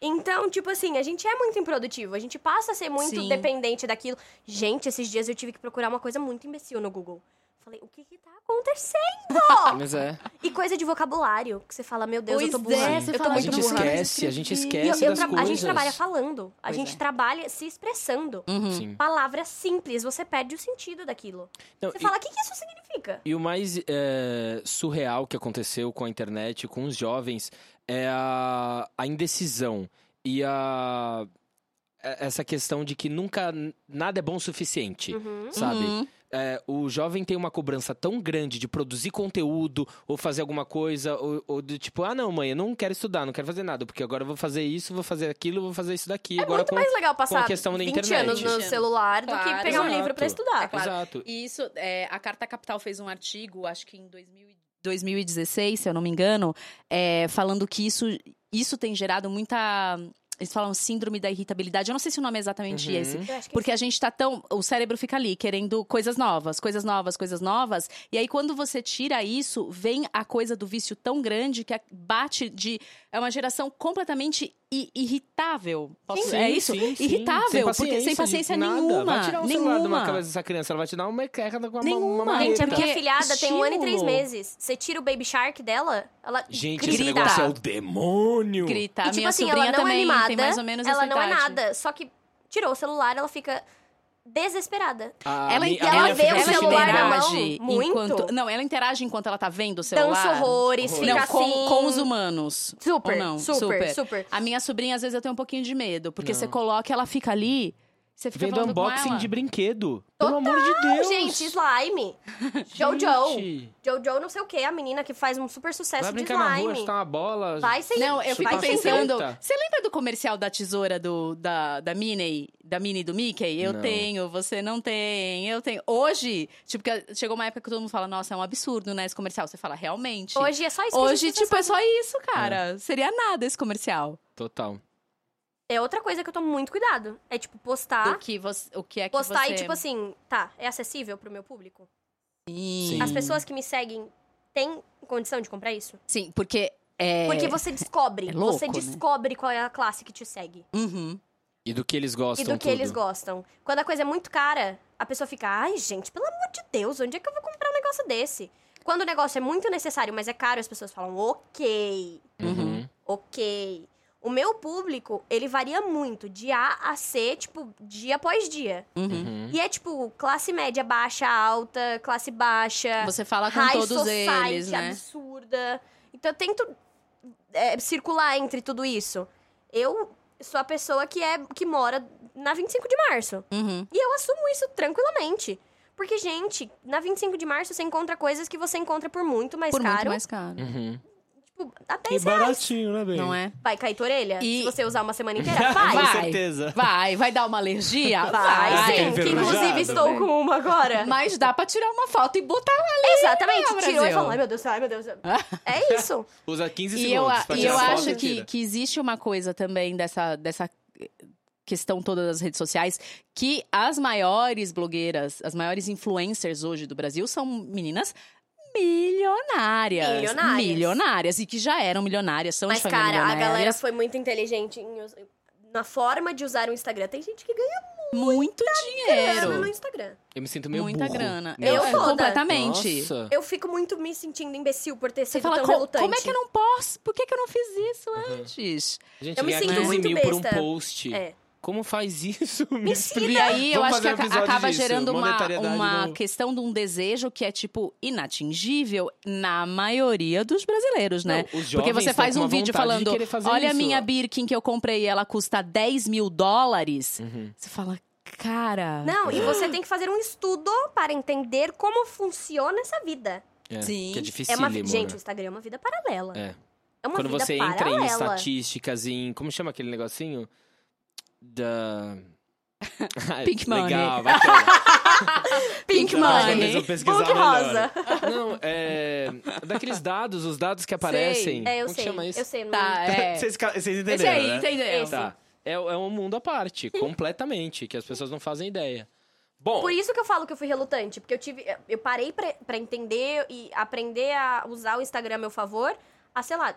Então, tipo assim, a gente é muito improdutivo. A gente passa a ser muito
Sim.
dependente daquilo. Gente, esses dias eu tive que procurar uma coisa muito imbecil no Google. Falei, o que que tá acontecendo?
Mas é.
E coisa de vocabulário, que você fala, meu Deus,
Pois
eu tô burra.
é, você
eu tô
fala,
A
muito
gente
burra, mas
burra.
esquece, a gente
escrevi.
E
esquece
eu- eu
das
tra-
coisas.
A gente trabalha falando. A
Pois
gente
é.
trabalha se expressando.
Uhum.
Sim.
Palavras simples, você perde o sentido daquilo.
Não,
Você
e-
fala, o que, que isso significa?
E o mais é, surreal que aconteceu com a internet, com os jovens, é a, a indecisão e a é- essa questão de que nunca n- nada é bom o suficiente,
Uhum.
sabe?
Uhum.
É, o jovem tem uma cobrança tão grande de produzir conteúdo ou fazer alguma coisa, ou, ou do tipo, ah, não, mãe, eu não quero estudar, não quero fazer nada, porque agora eu vou fazer isso, vou fazer aquilo, vou fazer isso daqui.
É
agora
muito
com...
mais legal passar
questão da
20
internet.
anos no
20 anos.
celular do
Claro.
que pegar um
Exato. É
livro pra estudar.
claro.
Exato.
E isso, é, a Carta Capital fez um artigo, acho que em 2000 e- 2016, se eu não me engano, é, falando que isso, isso tem gerado muita. Eles falam síndrome da irritabilidade. Eu não sei se o nome é exatamente
Uhum.
esse.
Eu acho que é
Porque a gente tá tão. O cérebro fica ali querendo coisas novas, coisas novas, coisas novas. E aí, quando você tira isso, vem a coisa do vício tão grande que a- bate de. É uma geração completamente i- irritável. Posso-
Sim,
é isso?
sim, sim.
irritável, porque sem
de
paciência
nada.
nenhuma.
Vai tirar um celular de uma
nenhuma.
cabeça dessa criança, ela vai te dar uma merreca com uma
Nenhuma. é
uma
Gente, é
marreta.
a
Porque
minha filhada tem um ano e três
estímulo.
meses. Você tira o Baby Shark dela, ela
Gente,
grita.
esse negócio é o demônio.
Grita. A
E, tipo
minha
assim,
sobrinha
ela não é
também
animada,
tem mais ou menos
ela
essa
não é
idade.
nada. Só que tirou o celular, ela fica desesperada.
A
Ela,
mi- a
ela
minha
vê
filha tá
o
fica
celular na
desesperada.
mão
Muito.
enquanto- não, ela interage enquanto ela tá vendo o celular.
Dança horrores,
Horror.
fica
não,
assim.
com, com os humanos.
Super,
Ou não,
super,
super.
super.
A minha sobrinha, às vezes, eu tenho um pouquinho de medo. Porque
Não.
você coloca, ela fica ali, você fica
Vendo
falando com
unboxing
ela.
de brinquedo. Pelo amor de Deus.
Gente, slime. Jojo. Jojo não sei o que, a menina que faz um super sucesso
Vai
de
brincar na rua,
slime.
chutar uma bola.
Vai sem
Não, eu fico
vai sem
pensando.
dúvida.
Você lembra do comercial da tesoura do, da, da Minnie? Da Minnie e do Mickey? Eu
Não.
tenho, você não tem, eu tenho. Hoje, tipo, que chegou uma época que todo mundo fala, nossa, é um absurdo, né? Esse comercial. Você fala, realmente.
Hoje é só isso que a
Hoje,
gente
tipo, é só isso, cara. Seria nada esse comercial.
Total.
É outra coisa que eu tomo muito cuidado. É, tipo, postar.
O, que você, o que é que
Postar
você...
e, tipo assim, tá, é acessível pro meu público?
Sim.
As pessoas que me seguem têm condição de comprar isso?
Sim, porque... É...
Porque você descobre.
é louco,
você
né?
descobre qual é a classe que te segue.
Uhum.
E do que eles gostam.
e do que
tudo.
eles gostam. Quando a coisa é muito cara, a pessoa fica, ai, gente, pelo amor de Deus, onde é que eu vou comprar um negócio desse? Quando o negócio é muito necessário, mas é caro, as pessoas falam, ok,
Uhum.
ok. O meu público, ele varia muito, de A a C, tipo, dia após dia.
Uhum.
Uhum.
E é tipo, classe média baixa, alta, classe baixa.
Você fala Ah, com
high
todos
society,
eles, né?
absurda. Então eu tento é, circular entre tudo isso. Eu sou a pessoa que é que mora na 25 de março.
Uhum.
E eu assumo isso tranquilamente. Porque, gente, na 25 de março você encontra coisas que você encontra por muito mais
Por
caro.
muito mais caro,
Uhum.
Tipo, até
E
isso
baratinho, né, bem?
não <laughs> é?
vai cair tua orelha.
E-
Se você usar uma semana inteira, vai.
Com
Vai.
certeza.
Vai, vai dar uma alergia?
Vai,
Vai,
sim. Que
enferrujado,
né?
inclusive estou
velho.
com uma agora.
Mas dá pra tirar uma foto e botar ali.
Exatamente,
né,
tirou e
Brasil?
falou, ai meu Deus, ai meu Deus.
<laughs>
É isso.
Usa 15
E eu,
segundos.
a-
pra
e
tirar
eu
foto e
acho que,
tira.
que existe uma coisa também dessa, dessa questão toda das redes sociais, que as maiores blogueiras, as maiores influencers hoje do Brasil são meninas milionárias.
Milionárias.
Milionárias. E que já eram milionárias, são
Mas,
de família né?
cara, a
milionárias.
galera foi muito inteligente em us- na forma de usar o Instagram. Tem gente que ganha
Muito
grana no
dinheiro.
Instagram.
Eu me sinto meio
Muita
burro.
grana.
Eu
é,
foda.
completamente.
Nossa.
Eu fico muito me sentindo imbecil por ter
Você
sido
fala,
tão
"Co-
relutante.
como é que eu não posso? Por que, que eu não fiz isso antes?
Gente,
Eu me
ganhar
sinto
15
muito
mil por um
besta.
post.
É.
Como faz isso? Me, explica.
E aí eu
Vamos
acho
fazer
que
um
aca-
episódio
acaba
disso,
gerando uma,
monetariedade
uma
no-
questão de um desejo que é, tipo, inatingível na maioria dos brasileiros, né?
Não, os
Porque
jovens
você
estão
faz
com
um
uma
vídeo
vontade de
falando:
querer fazer
olha a
isso.
minha Birkin que eu comprei e ela custa 10 mil dólares.
Uhum.
Você fala, cara.
Não, e você tem que fazer um estudo para entender como funciona essa vida.
É,
Sim.
Que é
É
difícil,
É uma, vi- gente, o Instagram é uma vida paralela.
É.
É uma
Quando
vida
você entra
paralela.
em estatísticas, em. Como chama aquele negocinho? Da. Ai,
Pink
Legal,
money.
bacana.
Pink
Então,
money.
acho que eu preciso
Book
pesquisar
rosa.
melhor. Não, é. Daqueles dados, os dados que aparecem.
É, eu
como
sei.
que chama isso?
Eu sei, não-
Tá,
<laughs>
é.
Vocês, ca- vocês entenderam,
Esse aí,
né?
entendeu?
Esse.
Tá. É, é um mundo à parte, completamente, que as pessoas não fazem ideia. Bom,
Por isso que eu falo que eu fui relutante, porque eu tive. Eu parei pra, pra entender e aprender a usar o Instagram a meu favor há, sei lá,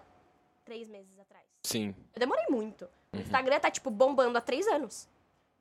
três meses atrás.
sim.
Eu demorei muito.
Uhum.
O Instagram tá, tipo, bombando há três
<laughs>
anos.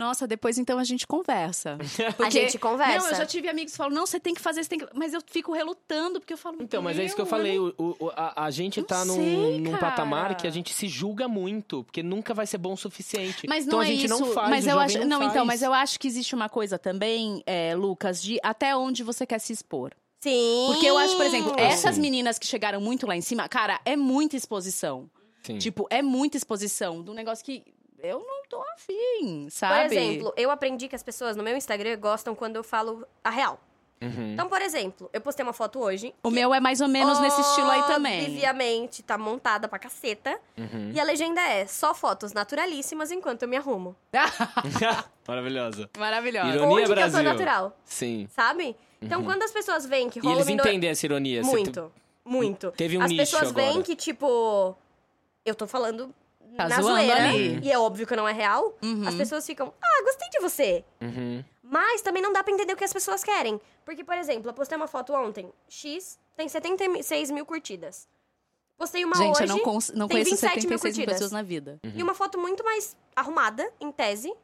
Nossa, depois então a gente conversa.
A gente conversa.
É Não, eu já tive amigos que falam, não, você tem que fazer, você tem que. Mas eu fico relutando, porque eu falo.
Então, mas é isso que eu
"Meu,
falei. o- o- o- a, a gente
Não
tá num,
sei,
num
cara.
patamar que a gente se julga muito, porque nunca vai ser bom o suficiente.
Mas não
então
é
a gente
isso.
não faz.
mas
o
eu
jovem
acho,
não,
então,
faz.
mas eu acho que existe uma coisa também, é, Lucas, de até onde você quer se expor.
Sim.
Porque eu acho, por exemplo, é,
Ah,
essas
sim.
meninas que chegaram muito lá em cima, cara, é muita exposição.
Sim.
Tipo, é muita exposição do negócio que eu não tô afim,
Por
sabe?
exemplo, eu aprendi que as pessoas no meu Instagram gostam quando eu falo a real.
Uhum.
Então, por exemplo, eu postei uma foto hoje.
O meu é mais ou menos nesse estilo aí também.
Obviamente, tá montada pra caceta.
uhum.
E a legenda é só fotos naturalíssimas enquanto eu me arrumo.
né? <laughs> Maravilhosa.
Maravilhosa.
Ironia,
Onde que eu
Brasil.
sou natural,
Sim.
sabe?
Uhum.
Então, quando as pessoas veem que
E
rola um
eles
mino-
entendem essa ironia. tá- você tem-
Muito, muito.
Teve um
as
nicho
pessoas
agora.
veem que, tipo, eu tô falando
Tá
na
zoando
zoeira.
ali.
E é óbvio que não é real.
Uhum.
As pessoas ficam, ah, gostei de você.
Uhum.
Mas também não dá pra entender o que as pessoas querem. Porque, por exemplo, eu postei uma foto ontem. X tem 76 mil curtidas. Postei uma
Gente,
hoje
eu não, cons- não
tem
conheço
27 mil
76 mil
curtidas.
pessoas na vida.
e uma foto muito mais arrumada, em tese.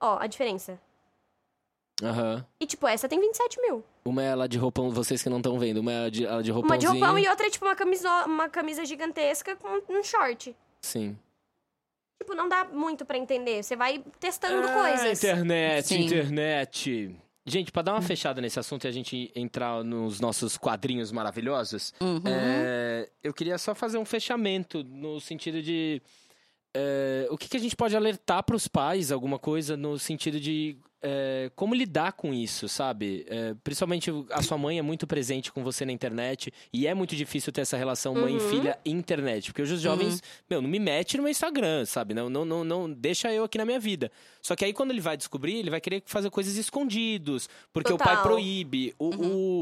Ó, a diferença.
Aham.
E, tipo, essa tem 27 mil.
Uma é lá de roupão, vocês que não estão vendo, uma é de, ela de roupãozinho.
Uma de roupão e outra é, tipo, uma, camiso... uma camisa gigantesca com um short.
Sim.
Tipo, não dá muito pra entender. Você vai testando
Ah,
coisas.
Internet,
Sim.
internet. Gente, pra dar uma fechada nesse assunto e a gente entrar nos nossos quadrinhos maravilhosos,
Uhum.
É, eu queria só fazer um fechamento no sentido de é, o que, que a gente pode alertar para os pais, alguma coisa no sentido de é, como lidar com isso, sabe? É, principalmente a sua mãe é muito presente com você na internet e é muito difícil ter essa relação mãe e
Uhum.
filha internet, porque hoje os jovens, meu, não me mete no meu Instagram, sabe? Não, não, não, não deixa eu aqui na minha vida. Só que aí quando ele vai descobrir, ele vai querer fazer coisas escondidos, porque o pai
Total. Uhum.
proíbe. O,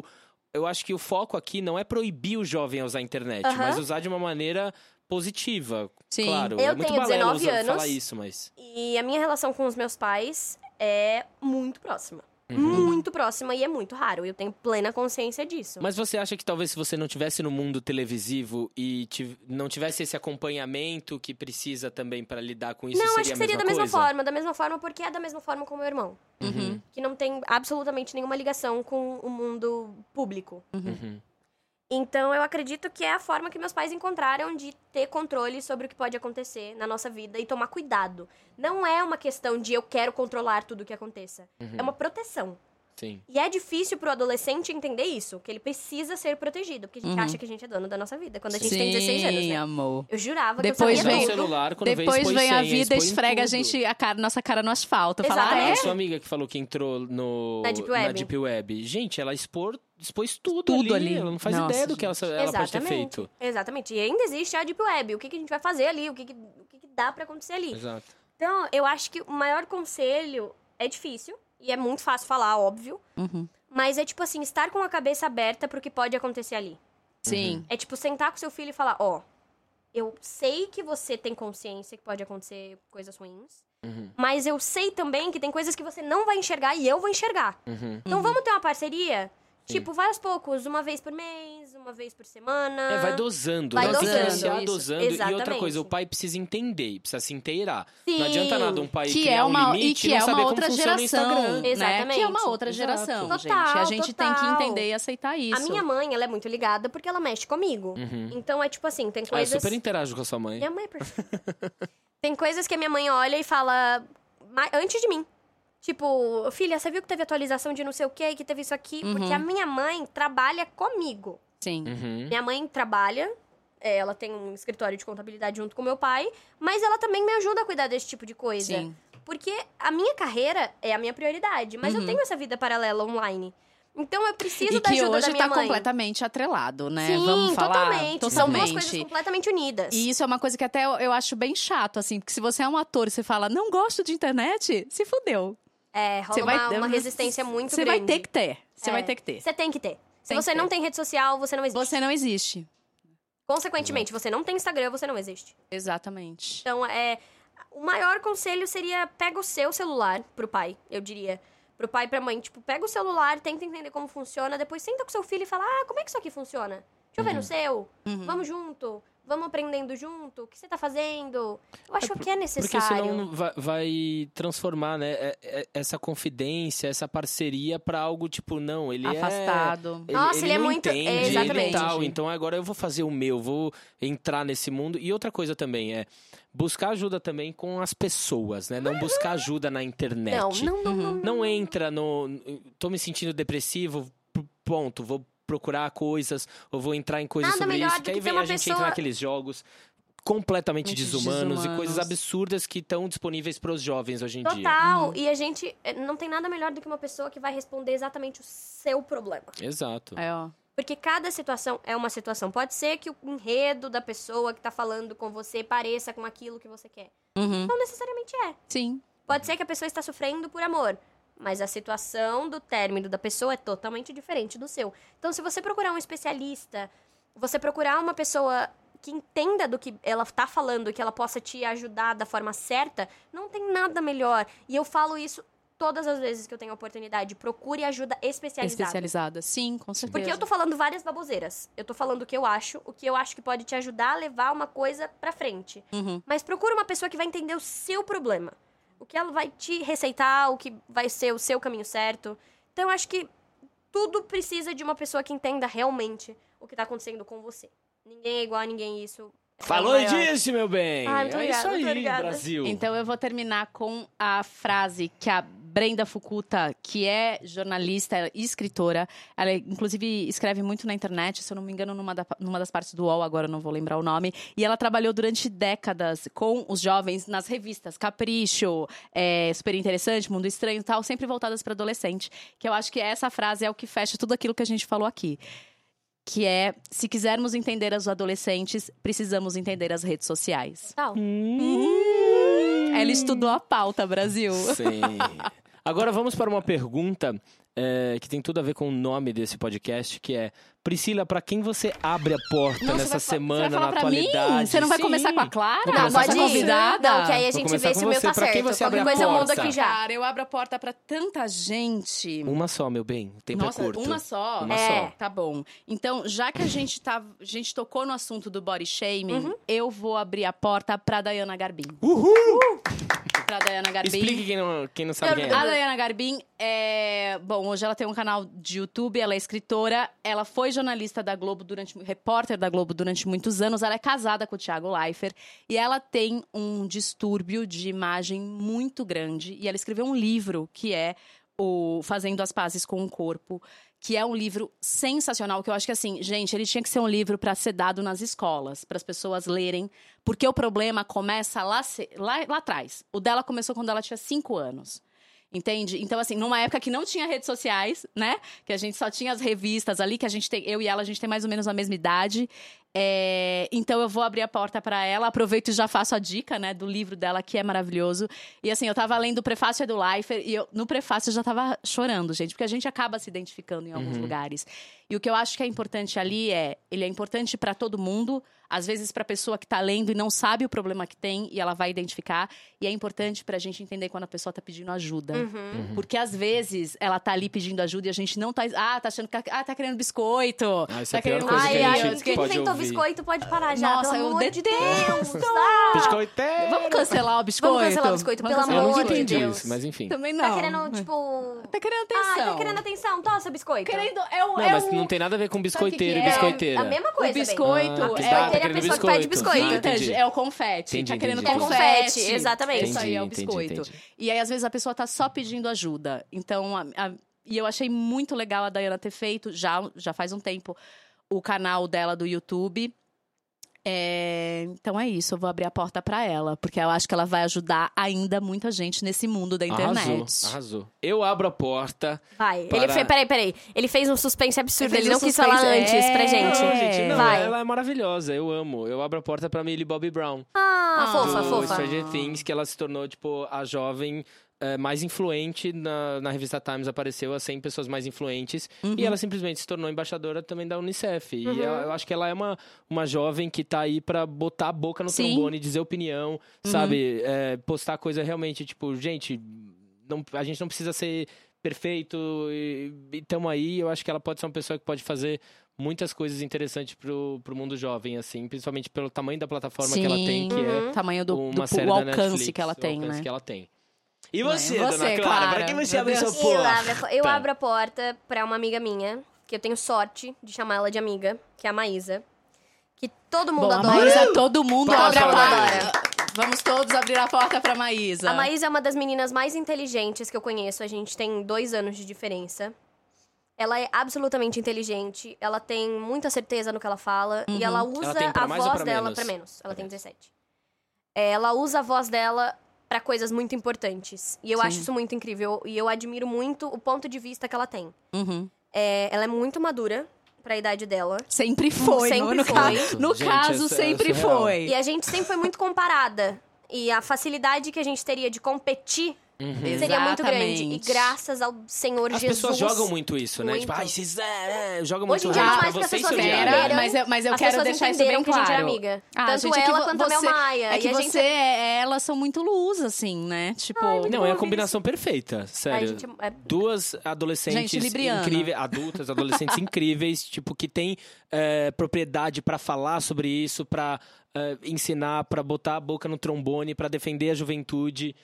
o- eu acho que o foco aqui não é proibir o jovem a usar a internet,
Aham.
mas usar de uma maneira positiva.
Sim.
Claro,
Eu
é muito
tenho
balela
19
usar- falar
anos.
isso, mas
E a minha relação com os meus pais é muito próxima.
Uhum.
Muito próxima e é muito raro. Eu tenho plena consciência disso.
mas você acha que talvez se você não tivesse no mundo televisivo e tiv- não tivesse esse acompanhamento que precisa também para lidar com isso,
não,
seria
acho que
a
seria
mesma
da mesma
coisa?
forma. Da mesma forma porque é da mesma forma com o meu irmão.
Uhum.
Que não tem absolutamente nenhuma ligação com o mundo público.
Uhum.
Então, eu acredito que é a forma que meus pais encontraram de ter controle sobre o que pode acontecer na nossa vida e tomar cuidado. Não é uma questão de eu quero controlar tudo o que aconteça.
Uhum.
É uma proteção.
Sim.
E é difícil pro adolescente entender isso, que ele precisa ser protegido, porque a gente
Uhum.
acha que a gente é dono da nossa vida quando a gente
Sim,
tem 16 anos,
é.
né?
amor.
Eu jurava
Depois
que eu
Usar
sabia
o
vem-
tudo.
celular, quando vê,
Depois
expõe
vem a
senha,
vida,
expõe
esfrega a
tudo.
gente, a cara, nossa cara no asfalto. Fala, ah,
A
é?
Exatamente.
sua amiga que falou que entrou no,
Na Deep
na
Web.
Deep Web. Gente, ela expor, expôs tudo,
Tudo ali.
Ela não faz
Nossa,
ideia do que ela, ela pode ter
Exatamente.
feito.
Exatamente. E ainda existe a Deep Web. O que, que a gente vai fazer ali? O que, que- o que, que dá pra acontecer ali?
Exato.
Então, eu acho que o maior conselho é difícil, e é muito fácil falar, óbvio.
Uhum.
Mas é tipo assim, estar com a cabeça aberta pro que pode acontecer ali.
Sim.
É tipo sentar com seu filho e falar, ó, eu sei que você tem consciência que pode acontecer coisas ruins,
Uhum,
mas eu sei também que tem coisas que você não vai enxergar e eu vou enxergar.
uhum.
Então vamos ter uma parceria? Tipo, vai aos poucos, uma vez por mês, uma vez por semana.
É, vai dosando.
Vai
né? Tem
dosando,
que iniciar
isso.
dosando. E outra
Exatamente.
coisa, o pai precisa entender, precisa se inteirar.
Sim.
Não adianta nada um pai
que
criar
é uma
um
e
limite
que
e
é
não saber
uma
como
outra
funciona o
geração,
Instagram. Ah,
né? Que é uma
Exatamente.
outra geração,
Exato.
gente. A
Total,
gente tem que
total.
entender e aceitar isso.
A minha mãe, ela é muito ligada porque ela mexe comigo.
Uhum.
Então é tipo assim, tem
Ah, eu
coisas.
super interajo com a sua mãe.
Minha mãe é perfeita.
<laughs>
Tem coisas que a minha mãe olha e fala "Ma- antes de mim. Tipo, filha, você viu que teve atualização de não sei o quê, que teve isso aqui? Porque
Uhum.
a minha mãe trabalha comigo.
Sim.
Hum.
Uhum.
Minha mãe trabalha, é, ela tem um escritório de contabilidade junto com meu pai, mas ela também me ajuda a cuidar desse tipo de coisa.
Sim.
Porque a minha carreira é a minha prioridade, mas eu
Uhum.
tenho essa vida paralela online. Então eu preciso
E
da
que
ajuda
hoje
da minha
tá
mãe.
completamente atrelado, né?
Sim,
Vamos falar
totalmente. São duas coisas
totalmente.
completamente unidas.
E isso é uma coisa que até eu, eu acho bem chato, assim, porque se você é um ator e você fala, não gosto de internet, se fudeu.
É, rola
Você vai
uma,
<laughs>
uma resistência muito
Você
grande.
vai ter que ter. Você
É.
vai ter que ter.
Você tem que ter. Se
Tem que
você não
ter.
tem rede social, você não existe.
Você não existe.
Consequentemente, você não tem Instagram, você não existe.
Exatamente.
Então, é... O maior conselho seria, pega o seu celular pro pai, eu diria. Pro pai e pra mãe, tipo, pega o celular, tenta entender como funciona, depois senta com seu filho e fala, ah, como é que isso aqui funciona? Deixa eu ver no seu.
Uhum.
Vamos junto. Vamos aprendendo junto. O que você tá fazendo? Eu acho que é
Porque
necessário.
senão vai, vai transformar, né, é- é- essa confidência, essa parceria pra algo tipo, não, ele é...
Afastado.
Nossa, ele é
não
muito- é,
Entende, ele
exatamente.
tal, então agora eu vou fazer o meu, vou entrar nesse mundo. E outra coisa também é buscar ajuda também com as pessoas, né? Não buscar ajuda na internet.
Não, não, não, não, não.
Não entra no. Tô me sentindo depressivo, p- ponto. Vou procurar coisas, ou vou entrar em coisas
Nada
sobre
melhor
isso.
do
Que aí
que ter
vem
uma
a gente entra
pessoa-
naqueles jogos completamente
Muito
desumanos, e
desumanos.
coisas absurdas que estão disponíveis pros jovens hoje em dia.
Total. E a gente eh, não tem nada melhor do que uma pessoa que vai responder exatamente o seu problema.
Exato.
É, ó.
Porque cada situação é uma situação. Pode ser que o enredo da pessoa que tá falando com você pareça com aquilo que você quer.
Uhum.
Não necessariamente é.
Sim.
Pode ser que a pessoa está sofrendo por amor, mas a situação do término da pessoa é totalmente diferente do seu. Então, se você procurar um especialista, você procurar uma pessoa que entenda do que ela tá falando, que ela possa te ajudar da forma certa, não tem nada melhor. E eu falo isso todas as vezes que eu tenho a oportunidade. Procure ajuda especializada.
Especializada. Sim, com certeza.
Porque eu tô falando várias baboseiras. Eu tô falando o que eu acho, o que eu acho que pode te ajudar a levar uma coisa pra frente.
Uhum.
Mas procura uma pessoa que vai entender o seu problema. O que ela vai te receitar, o que vai ser o seu caminho certo. Então eu acho que tudo precisa de uma pessoa que entenda realmente o que tá acontecendo com você. Ninguém é igual a ninguém, isso. é o
Falou e
maior.
disse, meu bem!
Ah, muito
é
obrigada,
isso aí,
muito obrigada.
Brasil.
Então eu vou terminar com a frase que a Brenda Fukuta, que é jornalista e escritora, ela inclusive escreve muito na internet, se eu não me engano, numa, da- numa das partes do UOL, agora eu não vou lembrar o nome, e ela trabalhou durante décadas com os jovens nas revistas Capricho, é, Super Interessante, Mundo Estranho e tal, sempre voltadas para adolescente, que eu acho que essa frase é o que fecha tudo aquilo que a gente falou aqui. Que é, se quisermos entender os adolescentes, precisamos entender as redes sociais.
Tal.
Hum,
Uhum. Ela estudou a pauta, Brasil.
Sim. Agora vamos para uma pergunta eh, que tem tudo a ver com o nome desse podcast, que é Priscila, pra quem você abre a porta
Não, você
Então, nessa
vai fa-
semana
você vai falar
na
pra mim?
atualidade?
Você não vai
Sim.
começar com a Clara?
Vou
Ah,
começar com
nossa
pode ir.
você.
convidada?
Não, que aí a
Vou
gente
começar
vê
com
se o meu
você.
tá
Pra quem
certo.
você abre
Qualquer
a
coisa eu mudo
porta?
aqui já.
Tá. Cara, eu abro a porta pra tanta gente.
Uma só, meu bem. O tempo
Nossa,
é curto.
uma só?
Uma
É.
só.
Tá bom. Então, já que a gente, tá, a gente tocou no assunto do body shaming, eu vou abrir a porta pra Dayana Garbim.
Uhul!
Pra Dayana Garbim.
Explique quem não, quem não sabe quem
A
é.
Dayana Garbim é. Bom, hoje ela tem um canal de YouTube, ela é escritora, ela foi jornalista da Globo durante. repórter da Globo durante muitos anos, ela é casada com o Thiago Leifert e ela tem um distúrbio de imagem muito grande. E ela escreveu um livro que é o Fazendo as Pazes com o Corpo, que é um livro sensacional, que eu acho que assim, gente, ele tinha que ser um livro para ser dado nas escolas, para as pessoas lerem, porque o problema começa lá, ce- lá, lá atrás. O dela começou quando ela tinha cinco anos. Entende? Então, assim, numa época que não tinha redes sociais, né? Que a gente só tinha as revistas ali, que a gente tem. Eu e ela, a gente tem mais ou menos a mesma idade. É, então eu vou abrir a porta para ela, aproveito e já faço a dica, né, do livro dela que é maravilhoso. E assim, eu tava lendo o prefácio do Leifert e eu, no prefácio eu já tava chorando, gente, porque a gente acaba se identificando em alguns
Uhum.
lugares. E o que eu acho que é importante ali é, ele é importante para todo mundo, às vezes para pessoa que tá lendo e não sabe o problema que tem e ela vai identificar, e é importante pra gente entender quando a pessoa tá pedindo ajuda.
Uhum.
Porque às vezes ela tá ali pedindo ajuda e a gente não tá. Ah, tá achando que. Ah, tá querendo biscoito.
Ah, isso é
tá
a pior
querendo
coisa
não
Ai,
sei
que a
o
gente
ai, quem
pode
inventou
ouvir.
biscoito pode parar já.
Nossa,
pelo
eu
amor de
detesto.
Deus. ah!
Biscoito é-
Vamos cancelar o biscoito?
Vamos cancelar o biscoito,
Vamos
pelo
Eu
cancelar o
nunca
amor de
entendi
Deus.
isso, mas enfim.
Também não.
Tá querendo, tipo.
Tá querendo atenção.
Ah, tá querendo atenção. Tossa, biscoito.
Querendo- é o.
Não,
é
mas
o-
não tem nada a ver com
Sabe o que que
biscoiteiro
é?
e
É
biscoiteira.
a mesma
O
coisa. bem.
biscoito
Ah, que
é,
dá,
o que-
tá querendo pessoa que pede
Ah,
biscoito.
entendi.
vintage, é o confete.
Entendi,
tá querendo
entendi. É
confete.
confete, exatamente.
Isso aí é o
Entendi, entendi,
biscoito.
entendi.
E aí, às vezes, a pessoa tá só pedindo ajuda. Então, a- a- e eu achei muito legal a Dayana ter feito, já, já faz um tempo, o canal dela do YouTube. É, então é isso, eu vou abrir a porta pra ela, porque eu acho que ela vai ajudar ainda muita gente nesse mundo da internet.
Arrasou, arrasou. Eu abro a porta.
Vai.
Para-
Ele fez. Peraí, peraí. Ele fez um suspense absurdo.
Ele
Ele,
fez
não
um
quis
suspense,
falar
é.
antes pra
Não,
gente.
gente, não,
Vai.
ela é maravilhosa, eu amo. Eu abro a porta pra Millie Bobby Brown.
Ah,
Ah,
fofa,
do
fofa.
Stranger Things, que ela se tornou, tipo, a jovem eh, mais influente na, na revista Times. Apareceu as 100 pessoas mais influentes.
Uhum.
E ela simplesmente se tornou embaixadora também da Unicef. E eu, eu acho que ela é uma, uma jovem que tá aí pra botar a boca no
Sim.
trombone, dizer opinião,
Uhum.
sabe? Eh, postar coisa realmente, tipo, gente, não- a gente não precisa ser perfeito e, e tamo aí. Eu acho que ela pode ser uma pessoa que pode fazer muitas coisas interessantes pro, pro mundo jovem, assim. Principalmente pelo tamanho da plataforma que ela tem, que é
o Uhum. tamanho do, do-
uma série
o
da
alcance
Netflix,
que ela tem,
o alcance
né?
que é ela tem. E
Não é?
você, dona
Você,
Clara,
Clara.
pra quem você
Meu
abre
Deus.
sua
Eu abro,
porta?
a po-
Tá.
eu abro a porta pra uma amiga minha, que eu tenho sorte de chamar ela de amiga, que é a Maísa. Que todo mundo
Bom, a
adora.
Maísa, todo mundo
Palmas
abre a
pra
porta.
Maísa.
Vamos todos abrir a porta pra Maísa.
A Maísa é uma das meninas mais inteligentes que eu conheço. A gente tem dois anos de diferença. Ela é absolutamente inteligente, ela tem muita certeza no que ela fala e ela usa
Uhum. tem pra
a
mais ou
voz
pra
dela
menos?
pra menos. Ela tem 17. É, Ela usa a voz dela pra coisas muito importantes. E eu
Sim.
acho isso muito incrível. E eu admiro muito o ponto de vista que ela tem.
Uhum.
É, ela é muito madura pra idade dela.
Sempre foi.
Hum, Sempre
no,
foi.
ca- no
Gente,
caso,
essa-
sempre
essa é real.
foi.
E a gente sempre foi muito comparada. E a facilidade que a gente teria de competir
Uhum.
Exatamente.
seria muito grande. E graças ao Senhor
As
Jesus.
pessoas jogam muito isso, né? Tipo,
Muito.
ai, vocês é, é, jogam
Hoje
muito
em dia,
isso
mais
pra
que as
vocês
pessoas
se
entenderam,
odiarem.
Era, mas eu, mas eu
as
quero
pessoas
deixar isso
entenderam
bem
que a
claro.
gente era amiga.
Ah,
Tanto
gente, é que
ela
vo-
quanto a Mel
você-
Maia.
É
e
que
a gente
você, é- elas são muito luz, assim, né? Tipo,
Não, é a combinação perfeita,
a
sério.
gente é-
Duas adolescentes
Gente libriana.
incríveis, adultas,
<laughs>
adolescentes incríveis, tipo, que tem eh, propriedade pra falar sobre isso, pra eh, ensinar, pra botar a boca no trombone, pra defender a juventude.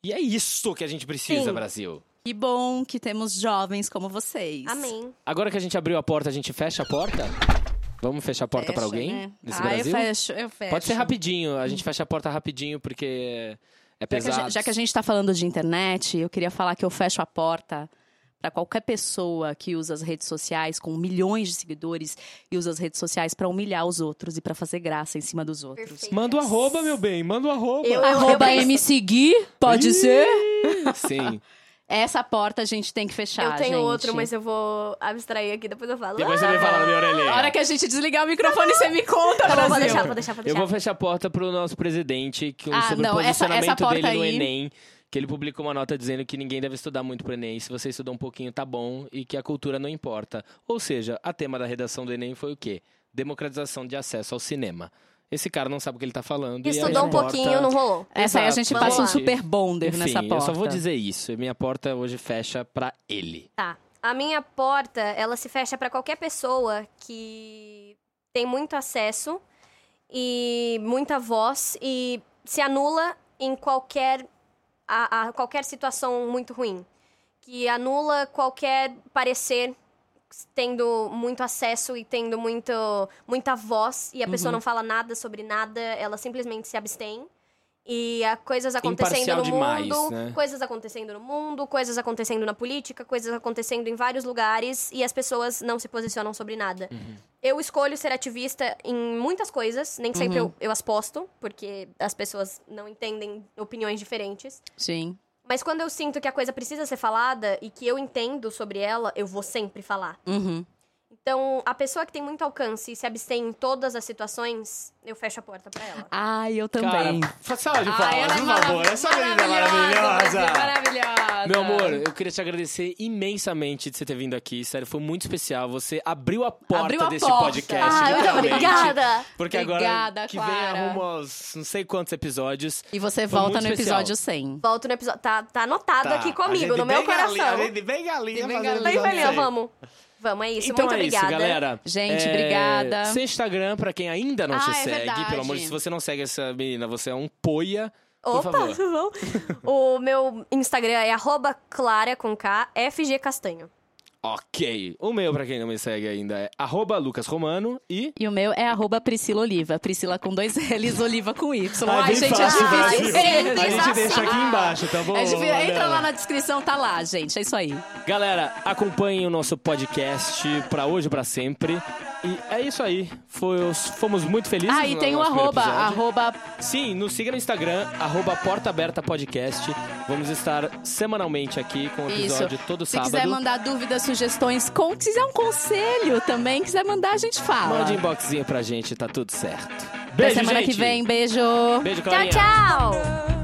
E é isso que a gente precisa,
Sim.
Brasil.
Que bom que temos jovens como vocês.
Amém.
Agora que a gente abriu a porta, a gente fecha a porta? Vamos fechar a porta
Fecha,
pra alguém
né?
nesse
ah,
Brasil?
eu fecho, eu fecho.
Pode ser rapidinho, a gente fecha a porta rapidinho porque é
Já que, a
pesado.
gente, já que a gente tá falando de internet, eu queria falar que eu fecho a porta para qualquer pessoa que usa as redes sociais com milhões de seguidores e usa as redes sociais para humilhar os outros e para fazer graça em cima dos outros.
Perfeito.
Manda o arroba, meu bem, manda o arroba.
Eu-
Arroba
penso-
me seguir, pode ser? <laughs>
Sim.
Essa porta a gente tem que fechar,
Eu tenho
gente.
outro, mas eu vou abstrair aqui, depois eu falo.
Depois você vai falar na minha orelhinha.
A hora que a gente desligar o microfone, você me conta,
Ah,
Brasil.
vou deixar, vou deixar, vou
Eu
deixar.
vou fechar a porta pro nosso presidente que, um
Ah,
sobre o
não, essa- essa
posicionamento
porta
dele no
aí-
Enem. Que ele publicou uma nota dizendo que ninguém deve estudar muito pro Enem. Se você estudou um pouquinho, tá bom. E que a cultura não importa. Ou seja, a tema da redação do Enem foi o quê? Democratização de acesso ao cinema. Esse cara não sabe o que ele tá falando. e a
Estudou
minha
um
porta-
pouquinho, não rolou.
Essa aí a
Exato.
gente
Vamos
passa um
lá.
super bonder
Enfim,
nessa porta.
eu só vou dizer isso. Minha porta hoje fecha pra ele.
Tá. A minha porta, ela se fecha pra qualquer pessoa que tem muito acesso e muita voz e se anula em qualquer a, a qualquer situação muito ruim, que anula qualquer parecer tendo muito acesso e tendo muito muita voz
Uhum.
e a pessoa não fala nada sobre nada, ela simplesmente se abstém. E há coisas acontecendo
Imparcial
no
demais,
mundo,
né?
coisas acontecendo no mundo, coisas acontecendo na política, coisas acontecendo em vários lugares e as pessoas não se posicionam sobre nada.
Uhum.
Eu escolho ser ativista em muitas coisas, nem
Uhum.
sempre eu, eu as posto, porque as pessoas não entendem opiniões diferentes.
Sim.
Mas quando eu sinto que a coisa precisa ser falada e que eu entendo sobre ela, eu vou sempre falar.
Uhum.
Então, a pessoa que tem muito alcance e se abstém em todas as situações, eu fecho a porta pra ela.
Ai, eu também.
Cara, fa- salva de
Ai,
palmas,
ela é
por
marav-
favor. Essa menina é
você é
maravilhosa.
Maravilhosa.
Meu amor, eu queria te agradecer imensamente de você ter vindo aqui. Sério, foi muito especial. Você abriu a porta
Abriu a
desse
porta.
podcast.
Ah, muito
literalmente.
obrigada!
Porque
Obrigada,
agora que vem
Clara.
arruma os não sei quantos episódios.
E você
Foi
volta
muito
no
especial.
episódio 100.
Volto no episódio. Tá, tá anotado
Tá,
aqui
a
comigo,
gente
no meu
bem galinha,
coração.
a gente bem galinha
Bem
fazendo
galinha.
Bem,
episódio
valeu,
sério.
vamos. Vamos, é isso.
Então
muito
é
obrigada.
isso, galera.
Gente,
É,
obrigada.
Seu Instagram, pra quem ainda não te
Ah, é
segue,
verdade.
pelo amor de Deus, se você não segue essa menina, você é um poia. Por
Opa,
favor.
tá bom? o meu Instagram é arroba clara com K, FG Castanho.
Ok. O meu, pra quem não me segue ainda, é arroba Lucas Romano e.
E o meu é arroba Priscila Oliva. Priscila com dois L's, Oliva com Y.
Ah, é
Ai,
bem
gente,
fácil,
é
fácil.
difícil.
A gente deixa aqui embaixo, tá bom?
É difícil. Entra
Galera?
lá na descrição, tá lá, gente. É isso aí.
Galera, acompanhem o nosso podcast pra hoje, pra sempre. E é isso aí. Foi- fomos muito felizes.
Ah, e
no
tem o
é nosso primeiro
arroba,
episódio.
arroba
Sim, nos siga no Instagram, arroba Porta Aberta Podcast. Vamos estar semanalmente aqui com o episódio todo
Se
sábado.
quiser mandar dúvidas, sugestões, con... se quiser um conselho também, quiser mandar, a gente fala.
Mande inboxzinho pra gente, tá tudo certo.
Até
Beijo,
semana
gente.
que vem, beijo.
Beijo,
Tchau,
Clarinha.
tchau!